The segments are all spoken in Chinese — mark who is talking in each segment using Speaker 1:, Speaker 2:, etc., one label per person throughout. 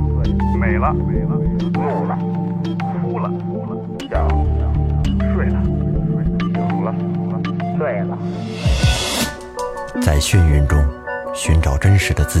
Speaker 1: 了，美了，怒了，哭了，哭了，笑了，睡了，睡了，醒了，醒了，醉了。
Speaker 2: 在眩晕中寻找真实的自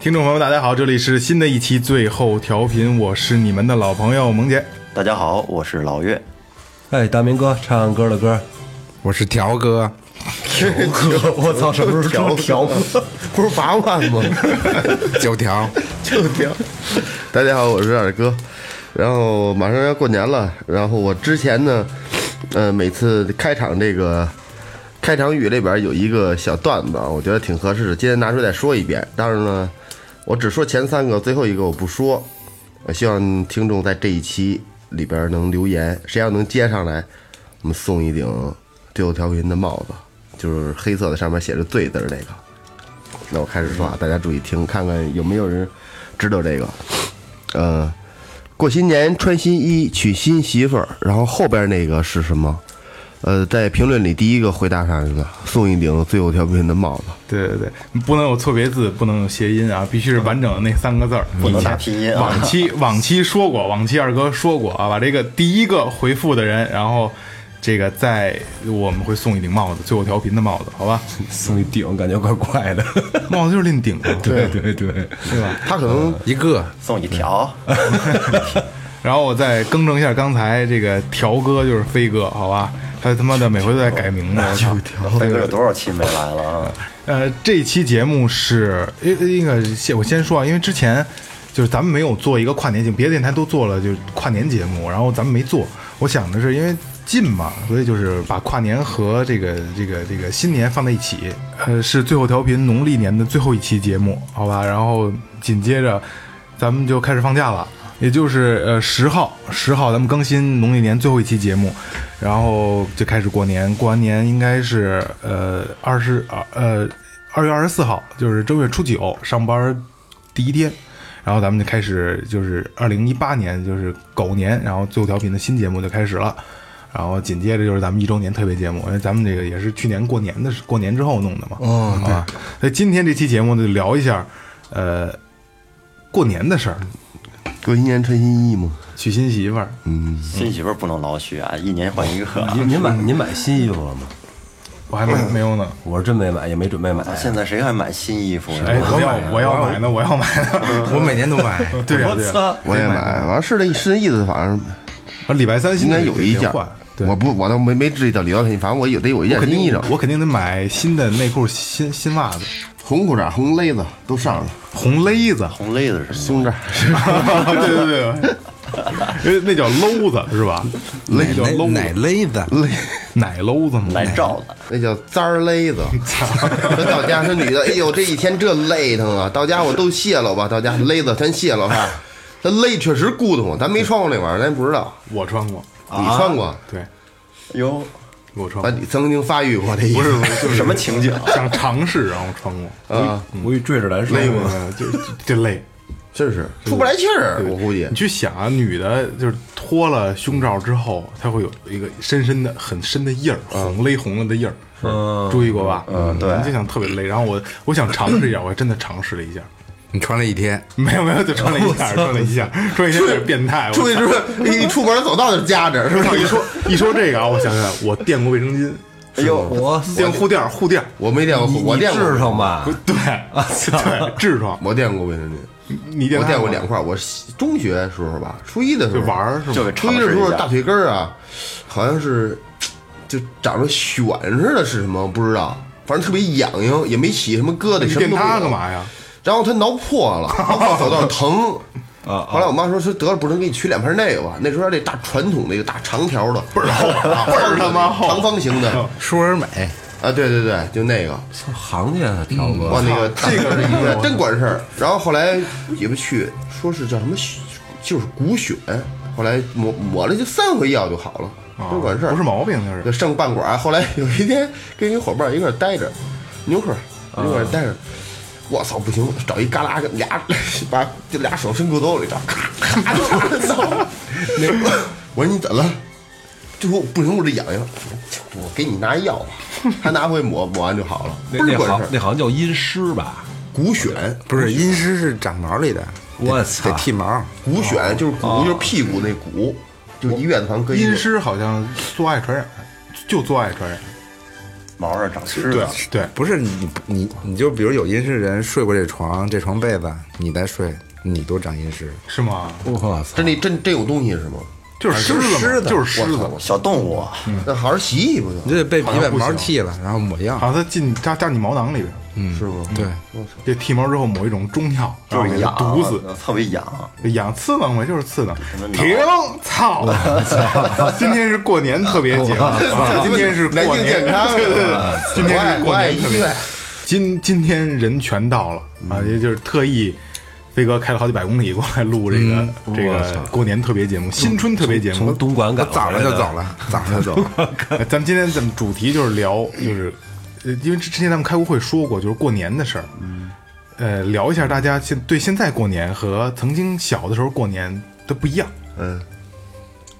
Speaker 3: 听众朋友，大家好，这里是新的一期最后调频，我是你们的老朋友萌姐。
Speaker 2: 大家好，我是老岳。
Speaker 4: 哎，大明哥唱歌的歌，
Speaker 5: 我是条哥，
Speaker 4: 我操，什么时候调过？
Speaker 6: 不是八万吗？
Speaker 5: 九条，
Speaker 6: 就调。大家好，我是二哥。然后马上要过年了，然后我之前呢，呃，每次开场这个开场语里边有一个小段子，啊，我觉得挺合适的，今天拿出来再说一遍。但是呢，我只说前三个，最后一个我不说。我希望听众在这一期里边能留言，谁要能接上来，我们送一顶最后调频的帽子，就是黑色的，上面写着“最”字儿那个。那我开始说啊，大家注意听，看看有没有人知道这个。呃，过新年穿新衣，娶新媳妇儿，然后后边那个是什么？呃，在评论里第一个回答上的，送一顶最有调频的帽子。
Speaker 3: 对对对，不能有错别字，不能有谐音啊，必须是完整的那三个字儿，不能
Speaker 2: 打拼音啊
Speaker 3: 往期往期说过，往期二哥说过啊，把这个第一个回复的人，然后这个在我们会送一顶帽子，最后调频的帽子，好吧？
Speaker 4: 送一顶，感觉怪怪的。
Speaker 3: 帽子就是另顶的，
Speaker 4: 对 对对，
Speaker 3: 对吧？
Speaker 6: 他可能
Speaker 5: 一个
Speaker 2: 送一条，
Speaker 3: 然后我再更正一下刚才这个条哥就是飞哥，好吧？他他妈的每回都在改名字， 我操！
Speaker 2: 飞哥有多少期没来了啊？
Speaker 3: 呃，这期节目是呃那个先我先说啊，因为之前就是咱们没有做一个跨年节目，别的电台都做了就是跨年节目，然后咱们没做。我想的是因为近嘛，所以就是把跨年和这个这个这个新年放在一起。呃，是最后调频农历年的最后一期节目，好吧？然后紧接着咱们就开始放假了。也就是呃十号，十号咱们更新农历年最后一期节目，然后就开始过年。过完年应该是呃二十呃二月二十四号，就是正月初九上班第一天，然后咱们就开始就是二零一八年就是狗年，然后最后调频的新节目就开始了。然后紧接着就是咱们一周年特别节目，因为咱们这个也是去年过年的时过年之后弄的嘛。哦，对。那今天这期节目就聊一下，呃，过年的事儿，
Speaker 6: 过新年穿新衣嘛。
Speaker 3: 娶新媳妇儿。
Speaker 7: 新媳妇儿不能老许啊，一年换一个。
Speaker 2: 嗯
Speaker 4: 您您买您买新衣服了吗？
Speaker 3: 我还没没有呢。
Speaker 4: 我是真没买，也没准备买。
Speaker 7: 现在谁还买新衣服呀？
Speaker 3: 哎，我要我要买呢，我要买呢。
Speaker 5: 我每年都买。
Speaker 3: 对呀对呀，
Speaker 6: 我也买，完是这是这意思，反正
Speaker 3: 啊礼拜三
Speaker 6: 应
Speaker 3: 现
Speaker 6: 该
Speaker 3: 在
Speaker 6: 有一件
Speaker 3: 换
Speaker 6: 儿。。
Speaker 3: 对，
Speaker 6: 我不，我倒没没注意到李老师，反正我有得有一件
Speaker 3: 肯
Speaker 6: 新衣
Speaker 3: 定
Speaker 6: 裳，
Speaker 3: 我肯定得买新的内裤、新新袜子、
Speaker 6: 红裤衩、红勒子都上了，
Speaker 3: 红勒子。
Speaker 7: 红勒子是吗？
Speaker 6: 胸罩、
Speaker 3: 对对对。对那叫搂子是吧？那叫搂
Speaker 5: 奶
Speaker 3: 子，
Speaker 5: 勒子，
Speaker 6: 勒，
Speaker 3: 奶搂子吗？
Speaker 7: 来罩子，
Speaker 6: 那叫簪儿勒子。 说到家说女的，哎呦这一天这累腾啊，到家我都卸了吧，到家勒子全卸了吧。他勒确实咕咚，咱没穿过那玩意儿，咱不知道。
Speaker 3: 我穿过，
Speaker 6: 你穿过？
Speaker 3: 对
Speaker 7: 哟，
Speaker 3: 我穿
Speaker 6: 啊，
Speaker 3: 过，
Speaker 6: 你 曾经发育过这衣服
Speaker 3: 不是不是就是
Speaker 7: 什么情景啊？
Speaker 3: 想尝试，然后穿过，
Speaker 6: 啊？
Speaker 4: 我一坠着来说，
Speaker 3: 勒过就就就勒。
Speaker 6: 真是出不来气儿，我估计
Speaker 3: 你。去想啊，女的就是脱了胸罩之后，她会有一个深深的、很深的印儿，红勒红了的印儿，
Speaker 4: 嗯
Speaker 3: 注意过吧？嗯，
Speaker 7: 对
Speaker 3: 就想特别勒。然后我我想尝试一下，我还真的尝试了一下，
Speaker 5: 你穿了一天，
Speaker 3: 没有没有，就穿了一下，穿了一下，穿了一下有点变态。
Speaker 6: 出去之
Speaker 3: 后，
Speaker 6: 后，一出门走道就夹着，是吧？
Speaker 3: 一说一说这个啊，我想想，我垫过卫生巾，
Speaker 7: 哎呦，
Speaker 4: 我
Speaker 3: 垫护垫儿护垫儿，
Speaker 6: 我没垫过，我
Speaker 4: 你
Speaker 6: 垫
Speaker 4: 痔
Speaker 6: 过，
Speaker 4: 上吧？
Speaker 3: 对，对，痔疮，
Speaker 6: 我垫过卫生巾。
Speaker 3: 你垫
Speaker 6: 我
Speaker 3: 它
Speaker 6: 垫过
Speaker 3: 吗
Speaker 6: 两块儿，我中学时候吧，初一的时候
Speaker 3: 就玩儿是吗？
Speaker 7: 就给
Speaker 6: 初
Speaker 7: 尝
Speaker 6: 一的
Speaker 7: 试
Speaker 6: 时
Speaker 7: 一
Speaker 6: 候
Speaker 7: 下。
Speaker 6: 大腿根儿啊，好像是就长着癣似的，是什么不知道，反正特别痒痒，也没起什么疙瘩，
Speaker 3: 你
Speaker 6: 什么
Speaker 3: 垫
Speaker 6: 都没
Speaker 3: 它
Speaker 6: 有
Speaker 3: 干？嘛呀？
Speaker 6: 然后它挠破了，挠破走道 疼。
Speaker 4: 啊
Speaker 6: 后来我妈说说得了，不能给你取两片那个吧？那时候还得啊大传统那个大长条的，倍儿厚，倍
Speaker 3: 倍儿他妈厚
Speaker 6: 长方形的。
Speaker 5: 舒尔美，
Speaker 6: 啊，对对对，就那个，
Speaker 4: 操行家啊，条 哥，
Speaker 6: 哇，那个这个一个 真管事儿。然后后来也不去，说是叫什么血，就是骨癣，后来抹抹了就三回药就好了，真管事儿，
Speaker 3: 不是毛病，就
Speaker 6: 就是剩半管儿。后来有一天跟一伙伴儿一块儿待着，牛克牛克待着，我操不行，找一旮旯给俩把就俩手伸裤兜里，这咔咔咔操！那个我说你怎么了？就说不行，我这痒痒，我给你拿药吧，他拿回抹抹完就好了，
Speaker 4: 那
Speaker 6: 不是
Speaker 4: 那
Speaker 6: 管
Speaker 4: 好
Speaker 6: 事儿，
Speaker 4: 那好像叫阴湿吧？
Speaker 6: 骨癣。
Speaker 5: 不是阴湿是长毛里的，
Speaker 4: 我
Speaker 5: 得
Speaker 4: 操，
Speaker 5: 剃毛。
Speaker 6: 骨癣就是骨，就是屁股那骨，就是一院团搁一个
Speaker 3: 哦阴湿好像做爱传染，就做爱传染。
Speaker 2: 毛上长虱子，
Speaker 3: 对，
Speaker 5: 不是你你你就比如有阴湿人睡过这床，这床被子你再睡，你都长阴湿。
Speaker 3: 是吗？
Speaker 4: 我操，
Speaker 6: 真的真真有东西是吗？
Speaker 3: 就是
Speaker 5: 是
Speaker 3: 虱
Speaker 5: 虱
Speaker 3: 子嘛，
Speaker 5: 子
Speaker 3: 就是虱
Speaker 6: 我操
Speaker 3: 子。！
Speaker 2: 小动物啊，
Speaker 3: 嗯
Speaker 6: 那好好洗洗不
Speaker 5: 你
Speaker 6: 就？
Speaker 5: 就得被皮
Speaker 3: 好像
Speaker 5: 把
Speaker 3: 不
Speaker 5: 毛
Speaker 3: 行
Speaker 5: 剃了，然后抹药。
Speaker 3: 好像它进扎扎你毛囊里边，
Speaker 6: 是吗？
Speaker 5: 对，
Speaker 3: 这剃毛之后抹一种中药，
Speaker 2: 就
Speaker 3: 然后
Speaker 2: 是
Speaker 3: 给它
Speaker 2: 痒，
Speaker 3: 毒死，
Speaker 2: 特别痒。
Speaker 3: 痒刺挠嘛，就是刺挠。
Speaker 2: 挠
Speaker 3: 停！操！今天是过年特别节目，啊今天是过
Speaker 6: 南
Speaker 3: 年
Speaker 6: 京健康，
Speaker 3: 对对对，今
Speaker 6: 我
Speaker 3: 天
Speaker 6: 爱
Speaker 3: 是
Speaker 6: 我
Speaker 3: 过
Speaker 6: 爱
Speaker 3: 年
Speaker 6: 医
Speaker 3: 特别
Speaker 6: 院。
Speaker 3: 今今天人全到了
Speaker 4: 嗯
Speaker 3: 啊，也就是特意，飞哥开了好几百公里过来录这个
Speaker 4: 嗯
Speaker 3: 这个过年特别节目，新春特别节目
Speaker 4: 从。东莞赶
Speaker 5: 早
Speaker 4: 回
Speaker 5: 上
Speaker 4: 来
Speaker 5: 就
Speaker 4: 的
Speaker 5: 走了，早上就走 了。
Speaker 3: 哎咱们今天咱们主题就是聊，就是呃，因为之前咱们开过会说过，就是过年的事儿，
Speaker 4: 嗯
Speaker 3: 呃，聊一下大家现对现在过年和曾经小的时候过年都不一样。
Speaker 6: 嗯，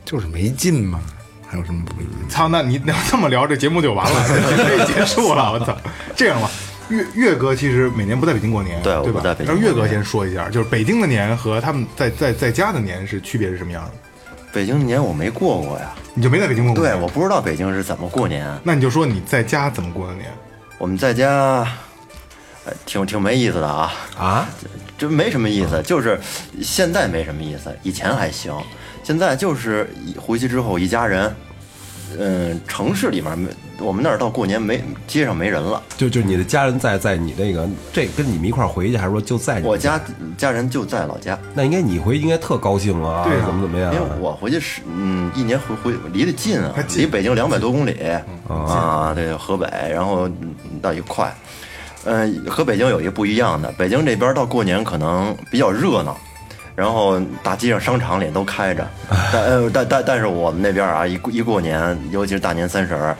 Speaker 5: 就是没劲嘛，还有什么不一样？
Speaker 3: 操，那你那这么聊，这节目就完 了，这节目也结束了。我操，这样吧，岳岳哥其实每年不在北京过年，
Speaker 2: 对
Speaker 3: 对
Speaker 2: 我不
Speaker 3: 吧？
Speaker 2: 在北京
Speaker 3: 让
Speaker 2: 过
Speaker 3: 岳
Speaker 2: 年
Speaker 3: 哥先说一下，就是北京的年和他们在在在家的年是区别是什么样的？
Speaker 2: 北京年我没过过呀，
Speaker 3: 你就没在北京过过
Speaker 2: 对，
Speaker 3: 年？
Speaker 2: 我不知道北京是怎么过年。啊
Speaker 3: 那你就说你在家怎么过的年？
Speaker 2: 我们在家，呃，挺挺没意思的啊，
Speaker 4: 啊，
Speaker 2: 这没什么意思，就是现在没什么意思，以前还行，现在就是一回去之后一家人，嗯，城市里面没，我们那儿到过年没街上没人了，
Speaker 4: 就就你的家人在在你那个这跟你们一块儿回去，还是说就在你们
Speaker 2: 我家家人就在老家，
Speaker 4: 那应该你回应该特高兴啊，
Speaker 3: 对啊
Speaker 4: 怎么怎么
Speaker 2: 因
Speaker 4: 样
Speaker 2: 为
Speaker 4: 啊？
Speaker 2: 我回去是嗯一年回回离得近啊
Speaker 3: 还，近
Speaker 2: 离北京两百多公里啊，对，河北，然后嗯到也快，嗯，和北京有一个不一样的，北京这边到过年可能比较热闹。然后大街上、商场里都开着，但呃但但但是我们那边啊，一过一过年，尤其是大年三十儿，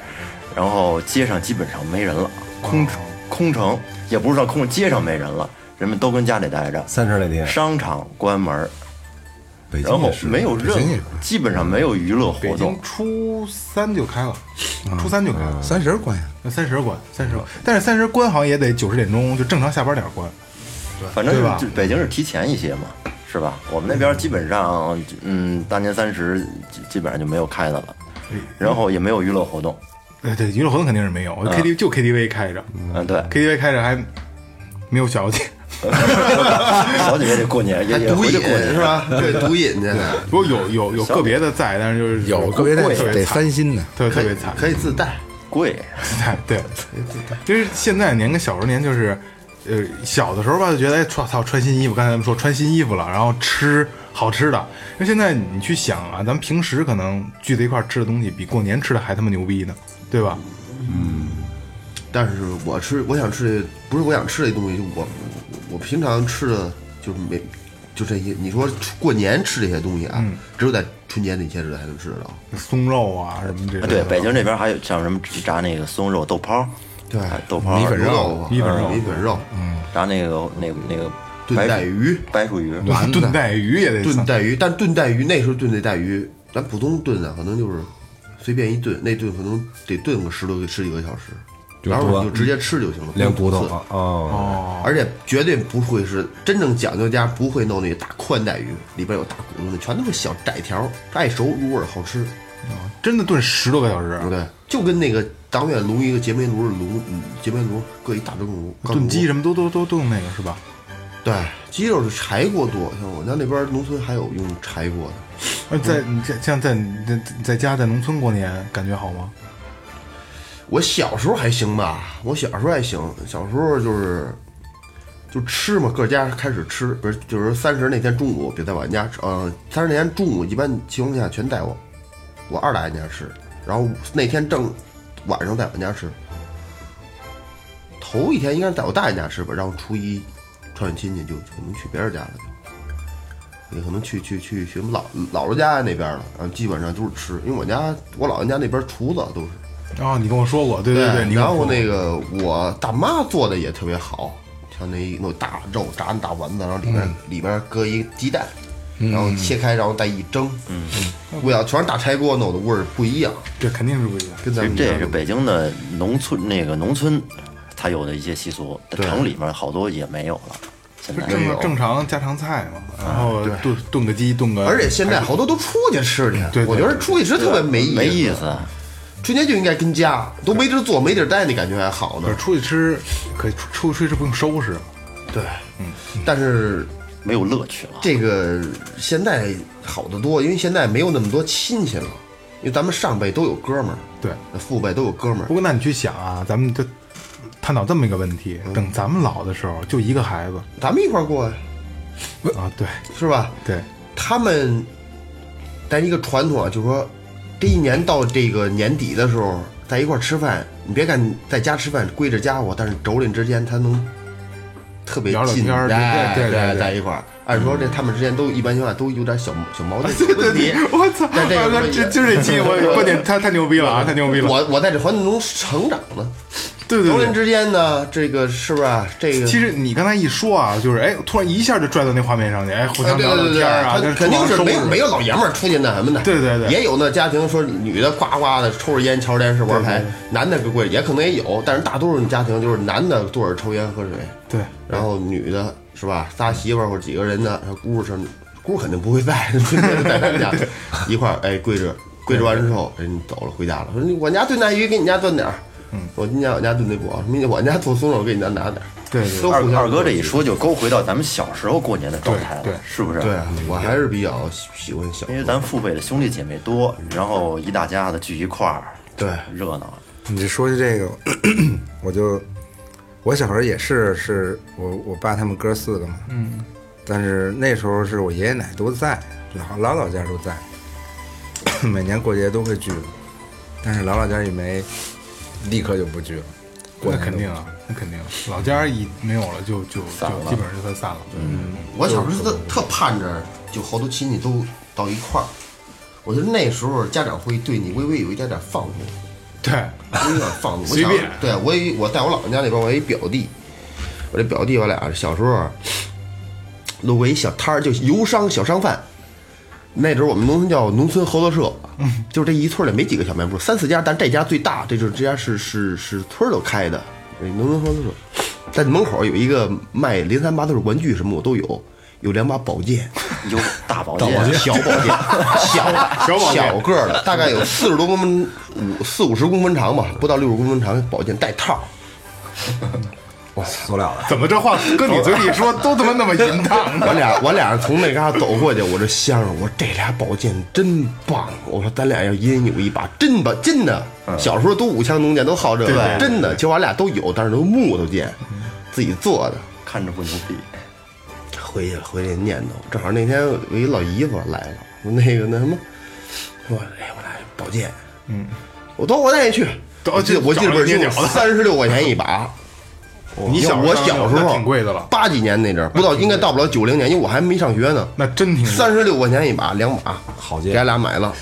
Speaker 2: 然后街上基本上没人了，空空城，也不是说空，街上没人了，人们都跟家里待着，
Speaker 4: 三十那天，
Speaker 2: 商场关门儿，
Speaker 4: 北
Speaker 2: 然
Speaker 4: 京
Speaker 2: 后
Speaker 4: 也是
Speaker 2: 没有任
Speaker 5: 京也是
Speaker 2: 何，基本上没有娱乐
Speaker 3: 北
Speaker 2: 活动
Speaker 3: 京。初三就开了，初三就开了，
Speaker 5: 三十关呀，
Speaker 3: 那三十关，三十关，但是三十关好像也得九十点钟就正常下班点儿关。
Speaker 2: 反正
Speaker 3: 对吧
Speaker 2: 是北京是提前一些嘛，是吧？我们那边基本上，嗯，大年三十基基本上就没有开的了，然后也没有娱乐活动。
Speaker 3: 呃对对，娱乐活动肯定是没有，KTV 就 KTV 开着
Speaker 2: 嗯，对，
Speaker 3: ，KTV 开着还没有小姐。
Speaker 2: 小姐也得过年，也
Speaker 6: 还
Speaker 2: 也
Speaker 6: 毒
Speaker 2: 回去
Speaker 6: 瘾
Speaker 2: 过年
Speaker 6: 是？吧？对，毒瘾去，
Speaker 3: 不过有有有个别的在，但是就是
Speaker 5: 有个别的
Speaker 3: 特
Speaker 5: 得
Speaker 3: 别惨，
Speaker 5: 翻新的。
Speaker 3: 特别特别惨，
Speaker 6: 可以自带。
Speaker 2: 贵，
Speaker 3: 惨 对。就是现在年跟小时候年就是，呃，小的时候吧就觉得哎，操操穿新衣服，刚才咱们说穿新衣服了，然后吃好吃的。那现在你去想啊，咱们平时可能聚在一块儿吃的东西，比过年吃的还他妈牛逼呢，对吧？嗯
Speaker 6: 但是我吃，我想吃的不是我想吃的东西，就我我平常吃的就是没，就这些。你说过年吃这些东西啊，
Speaker 3: 嗯
Speaker 6: 只有在春节那些日子才能吃得到。
Speaker 3: 松肉啊什么这
Speaker 2: 啊
Speaker 3: 种。
Speaker 2: 对，北京这边还有像什么炸那个松肉豆泡，
Speaker 6: 对
Speaker 7: 啊
Speaker 2: 哎豆泡
Speaker 6: 米粉肉啊，
Speaker 3: 哦米粉肉嗯
Speaker 6: 米粉肉，
Speaker 2: 炸那个那个那个
Speaker 6: 炖
Speaker 2: 白
Speaker 6: 带鱼
Speaker 2: 白薯鱼，
Speaker 3: 炖炖带鱼也得
Speaker 6: 炖
Speaker 3: 上
Speaker 6: 带鱼，但炖带鱼那时候炖那带鱼，咱普通炖啊，可能就是随便一炖，那炖可能得炖个十多个十几个小时，
Speaker 4: 就
Speaker 6: 然后
Speaker 4: 多
Speaker 6: 你就直接吃就行了，
Speaker 4: 连
Speaker 6: 不
Speaker 4: 骨
Speaker 6: 用
Speaker 4: 头
Speaker 6: 刺
Speaker 4: 啊哦，
Speaker 6: 而且绝对不会是真正讲究家不会弄那大宽带鱼，里边有大骨头的，全他妈小窄条，爱熟入味好吃，
Speaker 3: 真的炖十多个小时
Speaker 6: 对不，对？就跟那个当远炉一个结煤炉似的炉，嗯结煤炉搁一大蒸炉，钢
Speaker 3: 炖鸡
Speaker 6: 炉
Speaker 3: 什么都都都都用那个是吧？
Speaker 6: 对，鸡肉是柴锅多，像我家那边农村还有用柴锅的，
Speaker 3: 呃在你在像在你在在家在农村过年感觉好吗？
Speaker 6: 我小时候还行吧，我小时候还行，小时候就是就吃嘛，各家开始吃，不是就是三十那天中午别在我家吃，呃，三十那天中午一般情况下全在我我二大爷家吃，然后那天正晚上在我家吃，头一天应该在我大爷家吃吧，然后初一串串亲戚就可能去别人家了，就也可能去去去去我们姥姥姥家那边了，然后基本上都是吃，因为我家我姥姥家那边厨子都是，
Speaker 3: 啊，你跟我说过，对对对，你跟
Speaker 6: 然
Speaker 3: 我
Speaker 6: 后
Speaker 3: 说过
Speaker 6: 那个我大妈做的也特别好，像那一那种大肉炸那大丸子，然后里面、
Speaker 3: 嗯
Speaker 6: 里面搁一鸡蛋，然后切开，然后再一蒸，嗯，味道全是大柴锅弄的味儿不一样，
Speaker 3: 这肯定是不一样。
Speaker 6: 跟
Speaker 7: 其
Speaker 6: 咱
Speaker 7: 实
Speaker 6: 们
Speaker 7: 这也
Speaker 6: 家
Speaker 7: 是北京的农村那个农村才有的一些习俗，但
Speaker 6: 对
Speaker 7: 城里面好多也没有了。现在
Speaker 3: 正正常家常菜嘛，然后炖炖个鸡，炖个，
Speaker 6: 哎而且现在好多都出去吃去，
Speaker 3: 对对
Speaker 6: 我觉得出去吃特别没
Speaker 7: 没
Speaker 6: 意
Speaker 7: 意思，
Speaker 6: 春节就应该跟家，都没地儿坐，没地儿待，那感觉还好呢
Speaker 3: 不是。出去吃，可以出出去吃是不用收拾，
Speaker 6: 对，嗯但是
Speaker 7: 没有乐趣了。
Speaker 6: 这个现在好得多，因为现在没有那么多亲戚了，因为咱们上辈都有哥们儿，
Speaker 3: 对。
Speaker 6: 父辈都有哥们儿
Speaker 3: 不。过那你去想啊，咱们就探讨这么一个问题：
Speaker 6: 嗯
Speaker 3: 等咱们老的时候，就一个孩子
Speaker 6: 咱们一块儿过呀，
Speaker 3: 啊，对
Speaker 6: 是吧？
Speaker 3: 对，
Speaker 6: 他们，咱一个传统啊，就是说，这一年到这个年底的时候，在一块儿吃饭，你别看在家吃饭归着家伙，但是妯娌之间他能特别
Speaker 3: 聊聊
Speaker 6: 近，
Speaker 3: 天儿
Speaker 6: 哎
Speaker 3: 对对对对
Speaker 6: 在一块儿。按说这他们之间都一般情况下都有点小小 矛盾，对对对，
Speaker 3: 我操！
Speaker 6: 但哎这个
Speaker 3: 二哥，这就这期我观 点太太牛逼了啊，太牛逼了！
Speaker 6: 我我在这环境中成长呢，
Speaker 3: 对对
Speaker 6: 妯娌
Speaker 3: 对。
Speaker 6: 之间呢，这个是不是啊这个？
Speaker 3: 其实你刚才一说啊，就是哎，突然一下就拽到那画面上去，哎，互
Speaker 6: 啊
Speaker 3: 相
Speaker 6: 对
Speaker 3: 聊聊
Speaker 6: 对对对，
Speaker 3: 天啊，
Speaker 6: 他
Speaker 3: 跟
Speaker 6: 肯定
Speaker 3: 厨
Speaker 6: 是
Speaker 3: 房收
Speaker 6: 没
Speaker 3: 拾
Speaker 6: 有没有老爷们儿吹去那什么的，
Speaker 3: 对对对
Speaker 6: 也有那家庭说女的呱呱的抽着烟瞧着电视玩牌，男的跪着，也可能也有，但是大多数家庭就是男的坐着抽烟喝水，
Speaker 3: 对，
Speaker 6: 然后女的是吧，仨媳妇儿或者几个人呢，然后姑是姑肯定不会在，在他们家 一块儿哎跪着跪着完之后，哎你走了回家了，说你我家炖带鱼给你家炖点儿，嗯，我今家我家炖那不好，明天我家做松肉给你家拿点儿，
Speaker 3: 对对
Speaker 6: 都
Speaker 7: 二
Speaker 6: 互相
Speaker 7: 二哥这一说就勾回到咱们小时候过年的状态了，
Speaker 3: 对对
Speaker 7: 是不是？
Speaker 6: 对啊，我还是比较喜喜欢小时候，
Speaker 7: 因为咱父辈的兄弟姐妹多，然后一大家子聚一块儿，
Speaker 6: 对
Speaker 7: 热闹。
Speaker 5: 你这说起这个， 我就我小时候也是，是我我爸他们哥四个嘛，嗯，但是那时候是我爷爷奶奶都在，老老老家都在，每年过节都会聚，但是老老家一没，立刻就不聚了。过
Speaker 3: 那
Speaker 5: 年都
Speaker 3: 肯定啊，那肯定，老家一没有了就就就基本上就算散了。嗯，
Speaker 6: 我小时候特特盼着，就好多亲戚都到一块儿。我觉得那时候家长会对你微微有一点点放纵，
Speaker 3: 对，
Speaker 6: 有一点放纵。我
Speaker 3: 随
Speaker 6: 小时候
Speaker 3: 便
Speaker 6: 对我有一我在我姥姥家那边，我有一表弟，我这表弟我俩小时候路过一小摊儿，就油商小商贩。那时候我们农村叫农村合作社，就是这一村儿里没几个小卖部，三四家，但这家最大，这就是这家是是是村儿都开的，呃农村合作社。在门口有一个卖零三八都是玩具什么我都有，有两把宝剑，
Speaker 7: 有大保健，
Speaker 6: 小宝剑，小
Speaker 3: 小宝剑
Speaker 6: 小个儿的，大概有四十多公分，五四五十公分长吧，不到六十公分长，宝剑带套儿，
Speaker 5: 塑料的，
Speaker 3: 怎么这话搁你嘴里说都他妈那么淫 荡呢？
Speaker 6: 我俩我俩从那嘎走过去，我这香儿，我说这俩宝剑真棒，我说咱俩要一人有一把，真吧，真的，小时候都武枪农剑都好这个，真的，其实我俩都有，但是都木头剑，自己做的。
Speaker 7: 看着不牛逼，
Speaker 6: 回去回去念叨，正好那天有一老姨夫来了，说那个那什么，说哎我俩宝剑，嗯，我都我带你去，
Speaker 3: 都
Speaker 6: 我记得
Speaker 3: 去
Speaker 6: 我记得
Speaker 3: 找人
Speaker 6: 本
Speaker 3: 捏
Speaker 6: 清
Speaker 3: 脚的
Speaker 6: 三十六块钱一把。
Speaker 3: 你小时候
Speaker 6: 我小时
Speaker 3: 那
Speaker 6: 候
Speaker 3: 挺贵的了
Speaker 6: 八几年那阵儿不到应该到不了九零年，因为我还没上学呢。
Speaker 3: 那真挺
Speaker 6: 三十六块钱一把，两把，好
Speaker 4: 剑
Speaker 6: 给俺俩买了。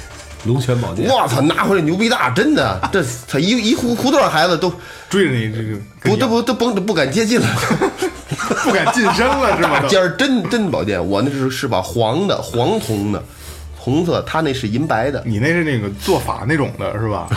Speaker 4: 龙泉宝剑，
Speaker 6: 我操，拿回来牛逼大，真的，这他一一胡胡同孩子都
Speaker 3: 追着你这个，
Speaker 6: 不都不都甭不敢接近了。
Speaker 3: 不敢近身了是吗？
Speaker 6: 大
Speaker 3: 都
Speaker 6: 尖儿真真宝剑，我那是是把黄的黄铜的，红色，他那是银白的，
Speaker 3: 你那是那个做法那种的是吧？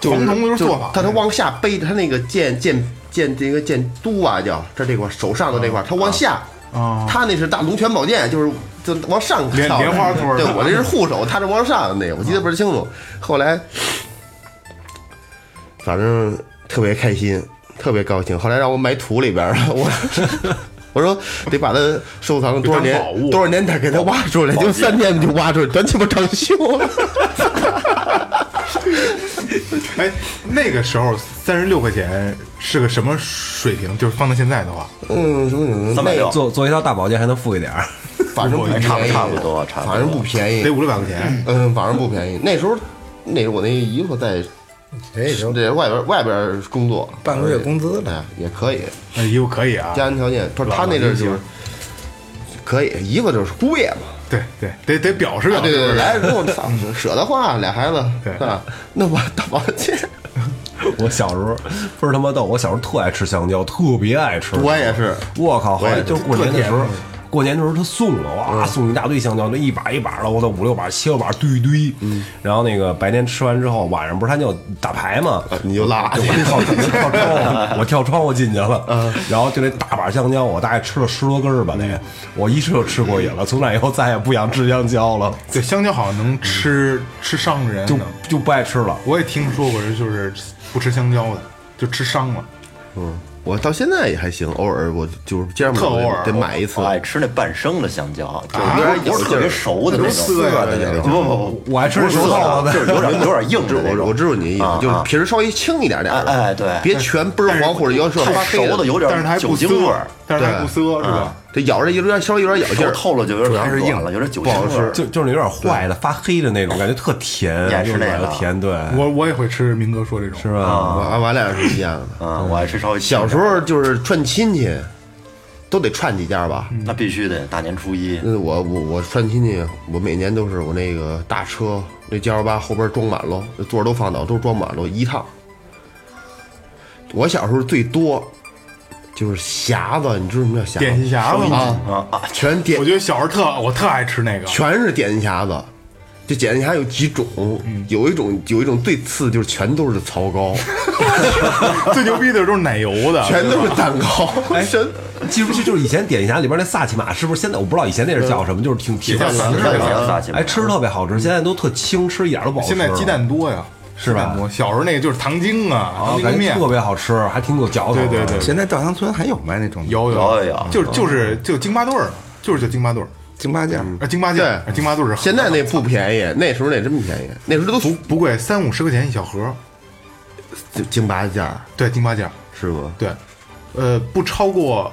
Speaker 6: 就是
Speaker 3: 黄铜都是做法，
Speaker 6: 他他往下背，他那个剑剑剑这个剑都啊叫这这块儿手上的这块儿，他往下
Speaker 3: 啊
Speaker 6: 他那是大龙泉宝剑，就是就往上
Speaker 3: 莲
Speaker 6: 翘着
Speaker 3: 莲花托儿啊
Speaker 6: 对
Speaker 3: 的
Speaker 6: 我这是护手，他是往上的那个，我记得不是清楚。后来反正特别开心，特别高兴。后来让我埋土里边儿了， 我我说得把它收藏多少年
Speaker 3: 当宝物，
Speaker 6: 多少年得给它挖出来，就三天就挖出来，咱鸡巴长锈了。
Speaker 3: 哎，那个时候三十六块钱是个什么水平？就是放到现在的话，
Speaker 6: 嗯，什么什么
Speaker 7: 三百六，
Speaker 4: 做做一套大保健还能富一点儿。
Speaker 6: 反正不便宜
Speaker 7: 差不差不多差不多
Speaker 6: 反正不便
Speaker 3: 得
Speaker 6: 宜。
Speaker 3: 五六百块钱。
Speaker 6: 嗯，反正不便宜。那时候，那时候我那姨夫在
Speaker 5: 这也就
Speaker 6: 这外边外边工作，
Speaker 5: 半个月工资了。
Speaker 6: 哎，也可以，
Speaker 3: 那衣服可以啊，
Speaker 6: 家庭条件不是他那阵儿就是可以，一个就是姑爷嘛，
Speaker 3: 对对，得得表示
Speaker 6: 啊
Speaker 3: 表
Speaker 6: 对对对，
Speaker 3: 示，
Speaker 6: 来如果操舍得花，俩孩子
Speaker 3: 对
Speaker 6: 是吧？那我大保健，
Speaker 4: 我小时候倍儿他妈逗，我小时候特爱吃香蕉，特别爱吃。
Speaker 6: 我也是
Speaker 4: 我靠，后
Speaker 6: 我
Speaker 4: 来
Speaker 6: 也
Speaker 4: 就过年的时候，过年的时候他送了，
Speaker 5: 嗯
Speaker 4: 哇，送一大堆香蕉，那一把一把的，我操，五六把、七八把堆一堆。
Speaker 5: 嗯
Speaker 4: 然后那个白天吃完之后，晚上不是他就打牌嘛，
Speaker 6: 你就拉
Speaker 4: 就我跳跳跳
Speaker 5: 嗯
Speaker 4: 窗户，我跳窗户进去了，然后就那大把香蕉，我大概吃了十多根儿吧，
Speaker 5: 嗯
Speaker 4: 得，我一吃就吃过瘾了，从那以后再也不想吃香蕉了，
Speaker 3: 对香蕉好像
Speaker 6: 嗯
Speaker 3: 能吃吃伤人
Speaker 4: 就
Speaker 3: 呢。
Speaker 4: 就不爱吃了。
Speaker 3: 我也听说过，就是不吃香蕉的就吃伤了。
Speaker 6: 我到现在也还行，偶尔我就是街上买
Speaker 3: 特偶尔
Speaker 6: 得买一次
Speaker 7: 我，爱吃那半生的香蕉，就是
Speaker 6: 啊
Speaker 7: 有点有特别熟的那
Speaker 6: 都
Speaker 7: 种，
Speaker 6: 涩呀那种
Speaker 7: 不不不不，
Speaker 4: 我爱吃
Speaker 7: 不是
Speaker 4: 熟透
Speaker 7: 的，就
Speaker 4: 的
Speaker 7: 是有点有点硬
Speaker 6: 知
Speaker 7: 的那
Speaker 6: 啊我
Speaker 7: 种。
Speaker 6: 我知道你的意
Speaker 7: 啊
Speaker 6: 思，就是
Speaker 7: 啊
Speaker 6: 皮儿稍微轻一点点儿的，
Speaker 7: 哎哎对
Speaker 6: 别全倍儿黄或者有点
Speaker 7: 太
Speaker 6: 发黑
Speaker 7: 熟的有
Speaker 3: 但是它还
Speaker 7: 点
Speaker 3: 不
Speaker 7: 酒
Speaker 3: 涩
Speaker 7: 精味儿，，
Speaker 3: 但是它还不涩，是吧？
Speaker 6: 这咬着有点稍微有点咬
Speaker 7: 熟
Speaker 6: 劲儿，
Speaker 7: 透了就有点主要是硬了，有点酒精味儿。
Speaker 4: 就就是那有点坏的发黑的那种，感觉特甜，
Speaker 7: 也是那个
Speaker 4: 又软又甜，对，
Speaker 3: 嗯我我也会吃明哥说这种，
Speaker 4: 是吧？
Speaker 6: 我我俩啊是一样的。
Speaker 7: 啊，我爱吃稍微
Speaker 6: 小时
Speaker 7: 候
Speaker 6: 候就是串亲戚，都得串几家吧。
Speaker 7: 那必须得大年初一，
Speaker 6: 那我我我串亲戚，我每年都是我那个大车那九幺八后边装满喽，那座儿都放倒，都装满喽，一趟。我小时候最多就是匣子，你知道什么叫匣子？
Speaker 3: 点心匣子
Speaker 6: 啊啊，全点
Speaker 3: 我觉得小时候特我特爱吃那个，
Speaker 6: 全是点心匣子。这点心匣有几种？有一种有一种最次的就是全都是槽 糕，
Speaker 3: 最牛逼的都是奶油的，
Speaker 6: 全都是蛋糕， 全
Speaker 4: 记不记？就是以前点心匣里边那萨琪玛，是不是现在我不知道以前那是叫什么，就是挺挺
Speaker 6: 蛋糕
Speaker 7: 那个撒起来
Speaker 4: 哎，吃着特别好吃，现在都特轻，吃一点都不好吃
Speaker 3: 现
Speaker 4: 了。
Speaker 3: 在鸡蛋多呀，
Speaker 4: 是吧
Speaker 3: 鸡蛋多，啊小时候那个就是糖精啊，
Speaker 4: 啊，
Speaker 3: 糖
Speaker 4: 感
Speaker 3: 精
Speaker 4: 觉
Speaker 3: 面，
Speaker 4: 特别好吃，还挺有嚼头。
Speaker 3: 对对，对，
Speaker 5: 现在稻香村还有卖那种
Speaker 3: 有
Speaker 7: 有有
Speaker 3: 就是就是就京巴顿儿，就是叫京巴顿儿，
Speaker 5: 京八件，
Speaker 3: 啊，京巴
Speaker 6: 对
Speaker 3: 酱，啊京巴顿儿是好
Speaker 6: 现在那不便宜，那时候那真不便宜，那时候都
Speaker 3: 不不贵，三五十块钱一小盒，
Speaker 6: 京京八件儿
Speaker 3: 对，京巴酱，
Speaker 6: 是吗？
Speaker 3: 对，呃，不超过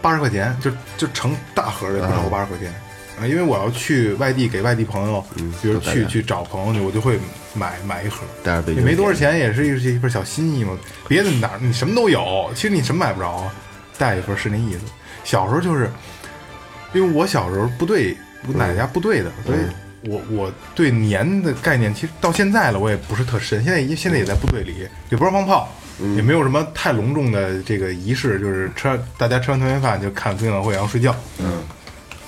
Speaker 3: 八十块钱，就就成大盒的，不超过八十块钱。啊，因为我要去外地给外地朋友，比如
Speaker 6: 嗯都带
Speaker 3: 去
Speaker 6: 点
Speaker 3: 去找朋友去，我就会买买一盒，
Speaker 6: 带着北
Speaker 3: 也
Speaker 6: 京
Speaker 3: 没多少钱，也是一是一份小心意嘛。别的哪儿你什么都有，其实你什么买不着啊，带一份是那意思。小时候就是，因为我小时候部队，我奶奶家部队的，所以我我对年的概念其实到现在了，我也不是特深。现在也现在也在部队里，也不是放炮，也没有什么太隆重的这个仪式，就是吃完大家吃完团圆饭就看春晚会，然后睡觉。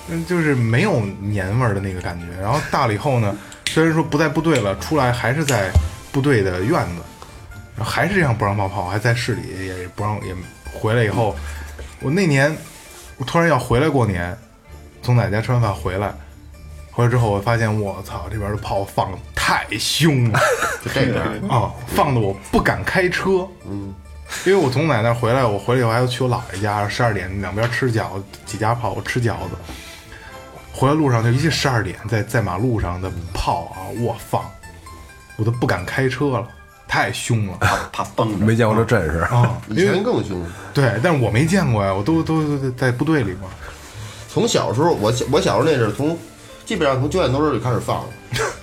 Speaker 3: 嗯，就是没有年味儿的那个感觉。然后大了以后呢，虽然说不在部队了，出来还是在部队的院子，然后还是这样不让冒泡，还在市里也不让也回来以后，我那年我突然要回来过年，从奶奶家吃完饭回来。回来之后，我发现我操，这边的炮放得太凶了，
Speaker 6: 就这边儿
Speaker 3: 啊，放的我不敢开车，嗯，因为我从奶奶回来，我回来以后还要去我姥爷家，十二点两边吃饺子，几家炮，我吃饺子，回来路上就一近十二点，在在马路上的炮啊，我放，我都不敢开车了，太凶了
Speaker 7: 怕崩着。
Speaker 4: 没见过这阵势。
Speaker 3: 啊！
Speaker 6: 以前更凶。
Speaker 3: 对，但是我没见过呀，我都都都在部队里嘛，
Speaker 6: 从小时候，我小我小时候那是从基本上从九点多钟就开始 放了，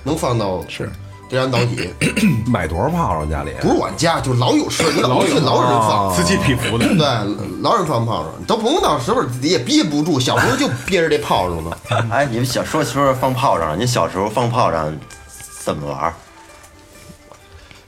Speaker 6: 能放到是这安导 体，
Speaker 4: 买多少炮仗家里？
Speaker 6: 不是我家，就老有事， 哦你老去老有人放。
Speaker 3: 此起彼伏的。
Speaker 6: 对，老有人放炮仗，你都不用到时候你也憋不住，小时候就憋着这炮仗呢。
Speaker 7: 哎，你们小说说放炮仗，你小时候放炮仗怎么玩儿？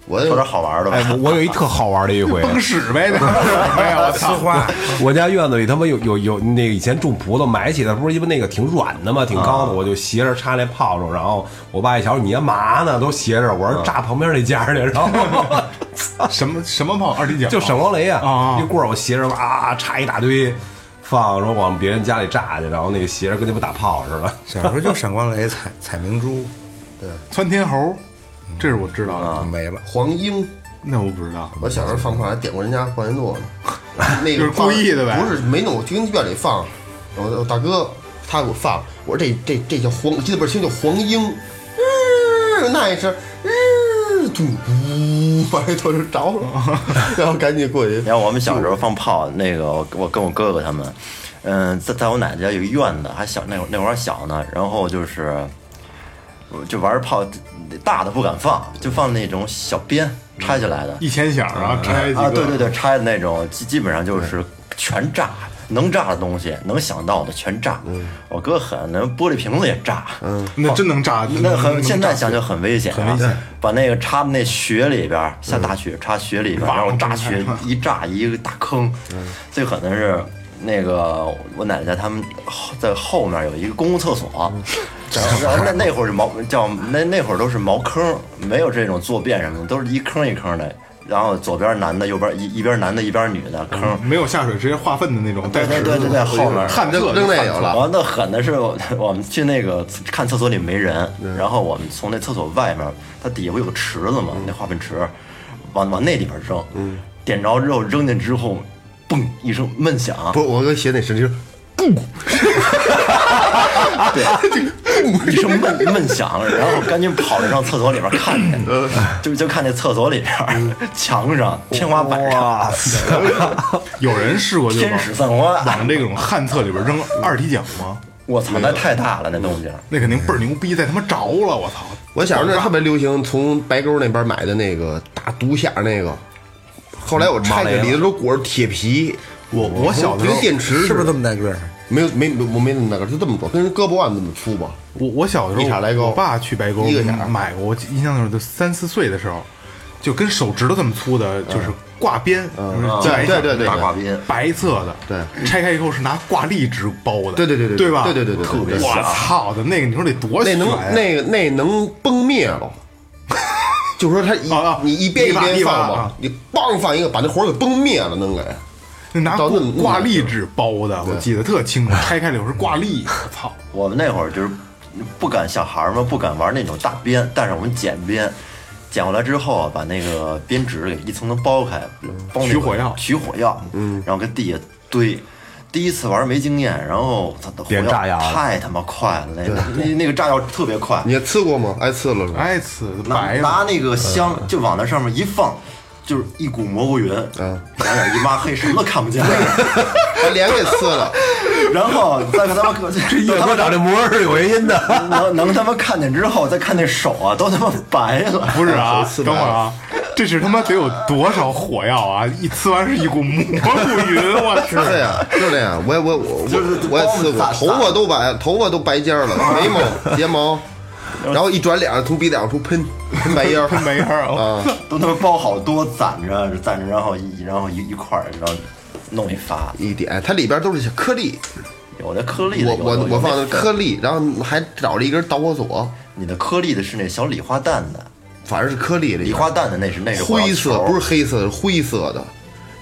Speaker 6: 我
Speaker 7: 说点好玩的吧。
Speaker 4: 哎，我我有一特好玩的一 回，
Speaker 3: 崩屎呗，那是没有，我操！
Speaker 4: 我家院子里他妈有有有那个以前种葡萄埋起来，不是因为那个挺软的嘛，挺高
Speaker 7: 啊
Speaker 4: 的，我就斜着插那炮仗，然后我爸一瞧你干嘛呢，都斜着，
Speaker 7: 啊
Speaker 4: 我说炸旁边那家去，然 后
Speaker 3: 什么什么炮，二踢脚，
Speaker 4: 就闪光雷
Speaker 3: 啊
Speaker 4: 啊，一棍儿我斜着哇插一大堆，放然后往别人家里炸去，然后那个斜着跟他们打炮似的。
Speaker 5: 小时候就闪光雷、采采明珠，
Speaker 3: 窜天猴，这是我知道的，
Speaker 7: 啊
Speaker 5: 没了。
Speaker 6: 黄英，
Speaker 3: 那我不知道。
Speaker 6: 我小时候放炮还点过人家放烟 垛呢，那
Speaker 3: 就
Speaker 6: 个
Speaker 3: 是故意的呗
Speaker 6: 放不是没弄，我军院里放，我我大哥他给我放，我说这这这叫黄，我记得倍儿清，叫黄莺，嗯、那一声，嗯、嘟嘟，把这头就着了， 然后赶紧过去
Speaker 7: 你，看我们小时候放炮，那个我我跟我哥哥他们，嗯，在在我奶奶家有一院子，还小那会儿那会儿还小呢，然后就是就玩炮，大的不敢放，就放那种小鞭，拆下来的
Speaker 3: 一千响，然后拆几个，
Speaker 7: 啊，对对对，拆的那种，基基本上
Speaker 6: 嗯
Speaker 7: 就是全炸，能炸的东西，能想到的全炸。
Speaker 6: 嗯
Speaker 7: 我哥狠，那玻璃瓶子也炸，嗯，
Speaker 3: 那真能炸，
Speaker 7: 那
Speaker 3: 能
Speaker 7: 很
Speaker 3: 能
Speaker 7: 现在
Speaker 3: 炸
Speaker 7: 想就很危险、啊，很危险。嗯把那个插那雪里边儿，下大雪插雪里边儿，然后炸雪一炸一个大坑。最狠的是那个我奶奶家他们后在后面有一个公共厕所，然后那那会儿是茅叫那那会儿都是茅坑，没有这种坐便什么的，都是一坑一坑的。然后左边男的，右边一一边男的，一边女的坑。
Speaker 3: 没有下水，直接化粪的那种，带
Speaker 7: 对
Speaker 3: 纸
Speaker 7: 对对对，后面
Speaker 6: 汗蒸蒸那有了，
Speaker 7: 完那狠的是，我们去那个看厕所里没人，然后我们从那厕所外面，它底下不有个池子嘛，那化粪池，往往那里边扔，点着之后扔进之后，嘣一声闷响，
Speaker 6: 不，我哥学那声就是
Speaker 7: 一声闷闷响，然后赶紧跑着上厕所里边看去，就就看那厕所里边墙上、天花板上，
Speaker 3: 有人试过就
Speaker 7: 天使散花
Speaker 3: 往这种旱厕里边扔二踢脚吗？
Speaker 7: 我操，那太大了那东西。
Speaker 3: 那肯定倍儿牛
Speaker 7: 嗯
Speaker 3: 逼，在他妈着了，我操！
Speaker 6: 我小时候那特别流行，从白沟那边买的那个大独匣那个，后来我拆开里头都裹着铁皮，
Speaker 3: 我我小的时
Speaker 6: 跟
Speaker 3: 候，
Speaker 6: 电池
Speaker 5: 是
Speaker 6: 似
Speaker 5: 不是
Speaker 6: 的
Speaker 5: 这么大个儿？
Speaker 6: 没有没没我没那么大个儿，就这么多，跟人胳膊腕子那么粗吧。
Speaker 3: 我我小的时候，
Speaker 6: 一卡来高
Speaker 3: 我爸去白沟
Speaker 6: 一个响
Speaker 3: 买过，我印象就是三四岁的时候，就跟手指头这么粗的，就是挂边，
Speaker 7: 嗯
Speaker 3: 就是
Speaker 6: 对对对对
Speaker 7: 大挂
Speaker 6: 对
Speaker 7: 鞭，
Speaker 3: 白色的，
Speaker 6: 对，
Speaker 3: 拆开以后是拿挂历纸包的，
Speaker 6: 对对对
Speaker 3: 对，
Speaker 6: 对
Speaker 3: 吧？
Speaker 6: 对对对对对
Speaker 3: 特别啊
Speaker 6: 对
Speaker 3: 我操的那个，你说得多啊
Speaker 6: 那
Speaker 3: 悬
Speaker 6: 能
Speaker 3: 呀？
Speaker 6: 那个那能崩灭了。 就说他一
Speaker 3: 啊啊
Speaker 6: 你一边一
Speaker 3: 一发
Speaker 6: 边放
Speaker 3: 一发
Speaker 6: 吧
Speaker 3: 啊，
Speaker 6: 你梆放一个，把那火给崩灭了，能给。
Speaker 3: 那拿
Speaker 6: 到那
Speaker 3: 挂挂历纸包的，我记得特清楚，拆开了以后是挂历，我操！
Speaker 7: 我们那会儿就是不敢小孩儿嘛，不敢玩那种大鞭，但是我们剪鞭，剪过来之后啊，把那个编纸给一层层剥开，包那个
Speaker 3: 取火药
Speaker 7: 取火药，嗯，然后跟地下堆。第一次玩没经验，然后它的火
Speaker 4: 点炸
Speaker 7: 药
Speaker 4: 药了
Speaker 7: 太他妈快了，那那那个炸药特别快，
Speaker 6: 你刺过吗？挨刺了是吧？
Speaker 3: 哎，呲
Speaker 7: 拿
Speaker 3: 白的
Speaker 7: 拿那个香就往那上面一放，就是一股蘑菇云，嗯，两眼一抹黑，什么都看不见。
Speaker 6: 把脸给 刺了。
Speaker 7: 然后再看他妈，这
Speaker 4: 夜哥长这模样是有原因的。
Speaker 7: 能 能他妈看见之后，再看那手啊，都他妈白了。
Speaker 3: 不是 啊，
Speaker 6: 刺
Speaker 3: 等
Speaker 6: 白
Speaker 3: 会儿啊，这是他妈得有多少火药啊！一呲完是一股蘑菇云，我去
Speaker 6: 就！这样，就这样。我也我我我我也刺过，头发都白，头发都白尖儿了，
Speaker 3: 啊
Speaker 6: 眉毛、睫毛，然后一转脸从鼻梁处喷喷白 烟儿，
Speaker 3: 没事儿啊，
Speaker 6: 啊，
Speaker 7: 都他妈包好多，攒着攒着，然后一然后一一块儿，然后弄一发，
Speaker 6: 一点，它里边都是小颗粒。
Speaker 7: 有的颗粒的，
Speaker 6: 我
Speaker 7: 有
Speaker 6: 我
Speaker 7: 的有
Speaker 6: 我
Speaker 7: 那
Speaker 6: 放的
Speaker 7: 粉
Speaker 6: 颗粒，然后还找了一根导火索，
Speaker 7: 你的颗粒的是那小礼花弹的，
Speaker 6: 反正是颗粒的，
Speaker 7: 礼花弹的那是那是
Speaker 6: 灰色，不是
Speaker 7: 是
Speaker 6: 黑色，是灰色的。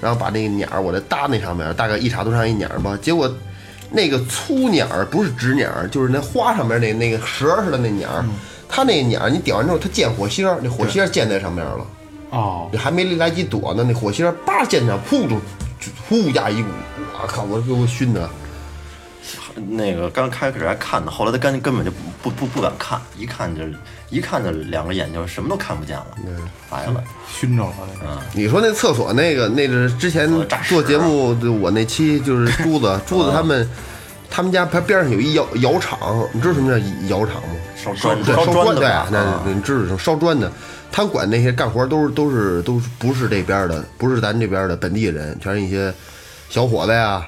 Speaker 6: 然后把那个鸟儿，我再搭那上面，大概一茬多长一鸟儿吧。结果那个粗鸟儿不是直鸟儿，就是那花上面那那个蛇似的那鸟
Speaker 7: 嗯
Speaker 6: 儿，它那鸟儿你点完之后，它溅火星儿，那火星儿溅在上面了，
Speaker 3: 哦，
Speaker 6: 你还没来得及躲呢，那火星儿叭溅上，噗就就呼呀一股，我靠，我给我熏的。
Speaker 7: 那个刚开始还看呢，后来他根根本就不不不不敢看，一看就一看就两个眼睛什么都看不见了，
Speaker 6: 嗯
Speaker 7: 白了。
Speaker 3: 熏着了那个。
Speaker 6: 你说那厕所那个，那是之前
Speaker 7: 呃诈尸
Speaker 6: 做节目，我那期就是珠 子，珠子他们，他们家旁边上有一窑窑厂，你知道什么叫窑厂吗？
Speaker 7: 烧
Speaker 6: 砖
Speaker 7: 砖
Speaker 6: 对
Speaker 7: 烧
Speaker 6: 烧
Speaker 7: 砖的
Speaker 6: 对
Speaker 7: 吧
Speaker 6: 啊，那
Speaker 7: 啊
Speaker 6: 那你知道烧砖的，他们管那些干活都是都是都是不是这边的，不是咱这边的本地人，全是一些小伙子呀，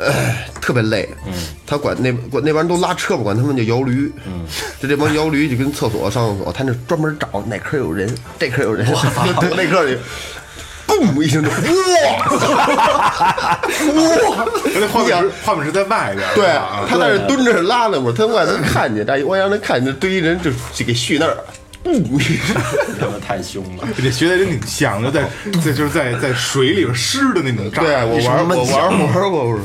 Speaker 6: 哎，特别累。嗯，他管那管那帮人都拉车嘛，管他们叫摇驴。嗯，就这 帮摇驴就跟厕所上厕所，他那专门找哪科有人，这科有人，那科有。嘣一声就哇哇！
Speaker 3: 那画面是画面是在外边儿，
Speaker 6: 对
Speaker 3: 啊，
Speaker 6: 他在那蹲着拉呢，我他外能看见，但我让他看见，堆一人就就给续那儿，
Speaker 7: 他妈太凶了。
Speaker 3: 这学的真挺像，就在 在就是在在水里边湿的那种炸。
Speaker 6: 对啊我
Speaker 3: 一
Speaker 6: 玩
Speaker 3: 声闷
Speaker 6: 我
Speaker 3: 响
Speaker 6: 玩玩过，不是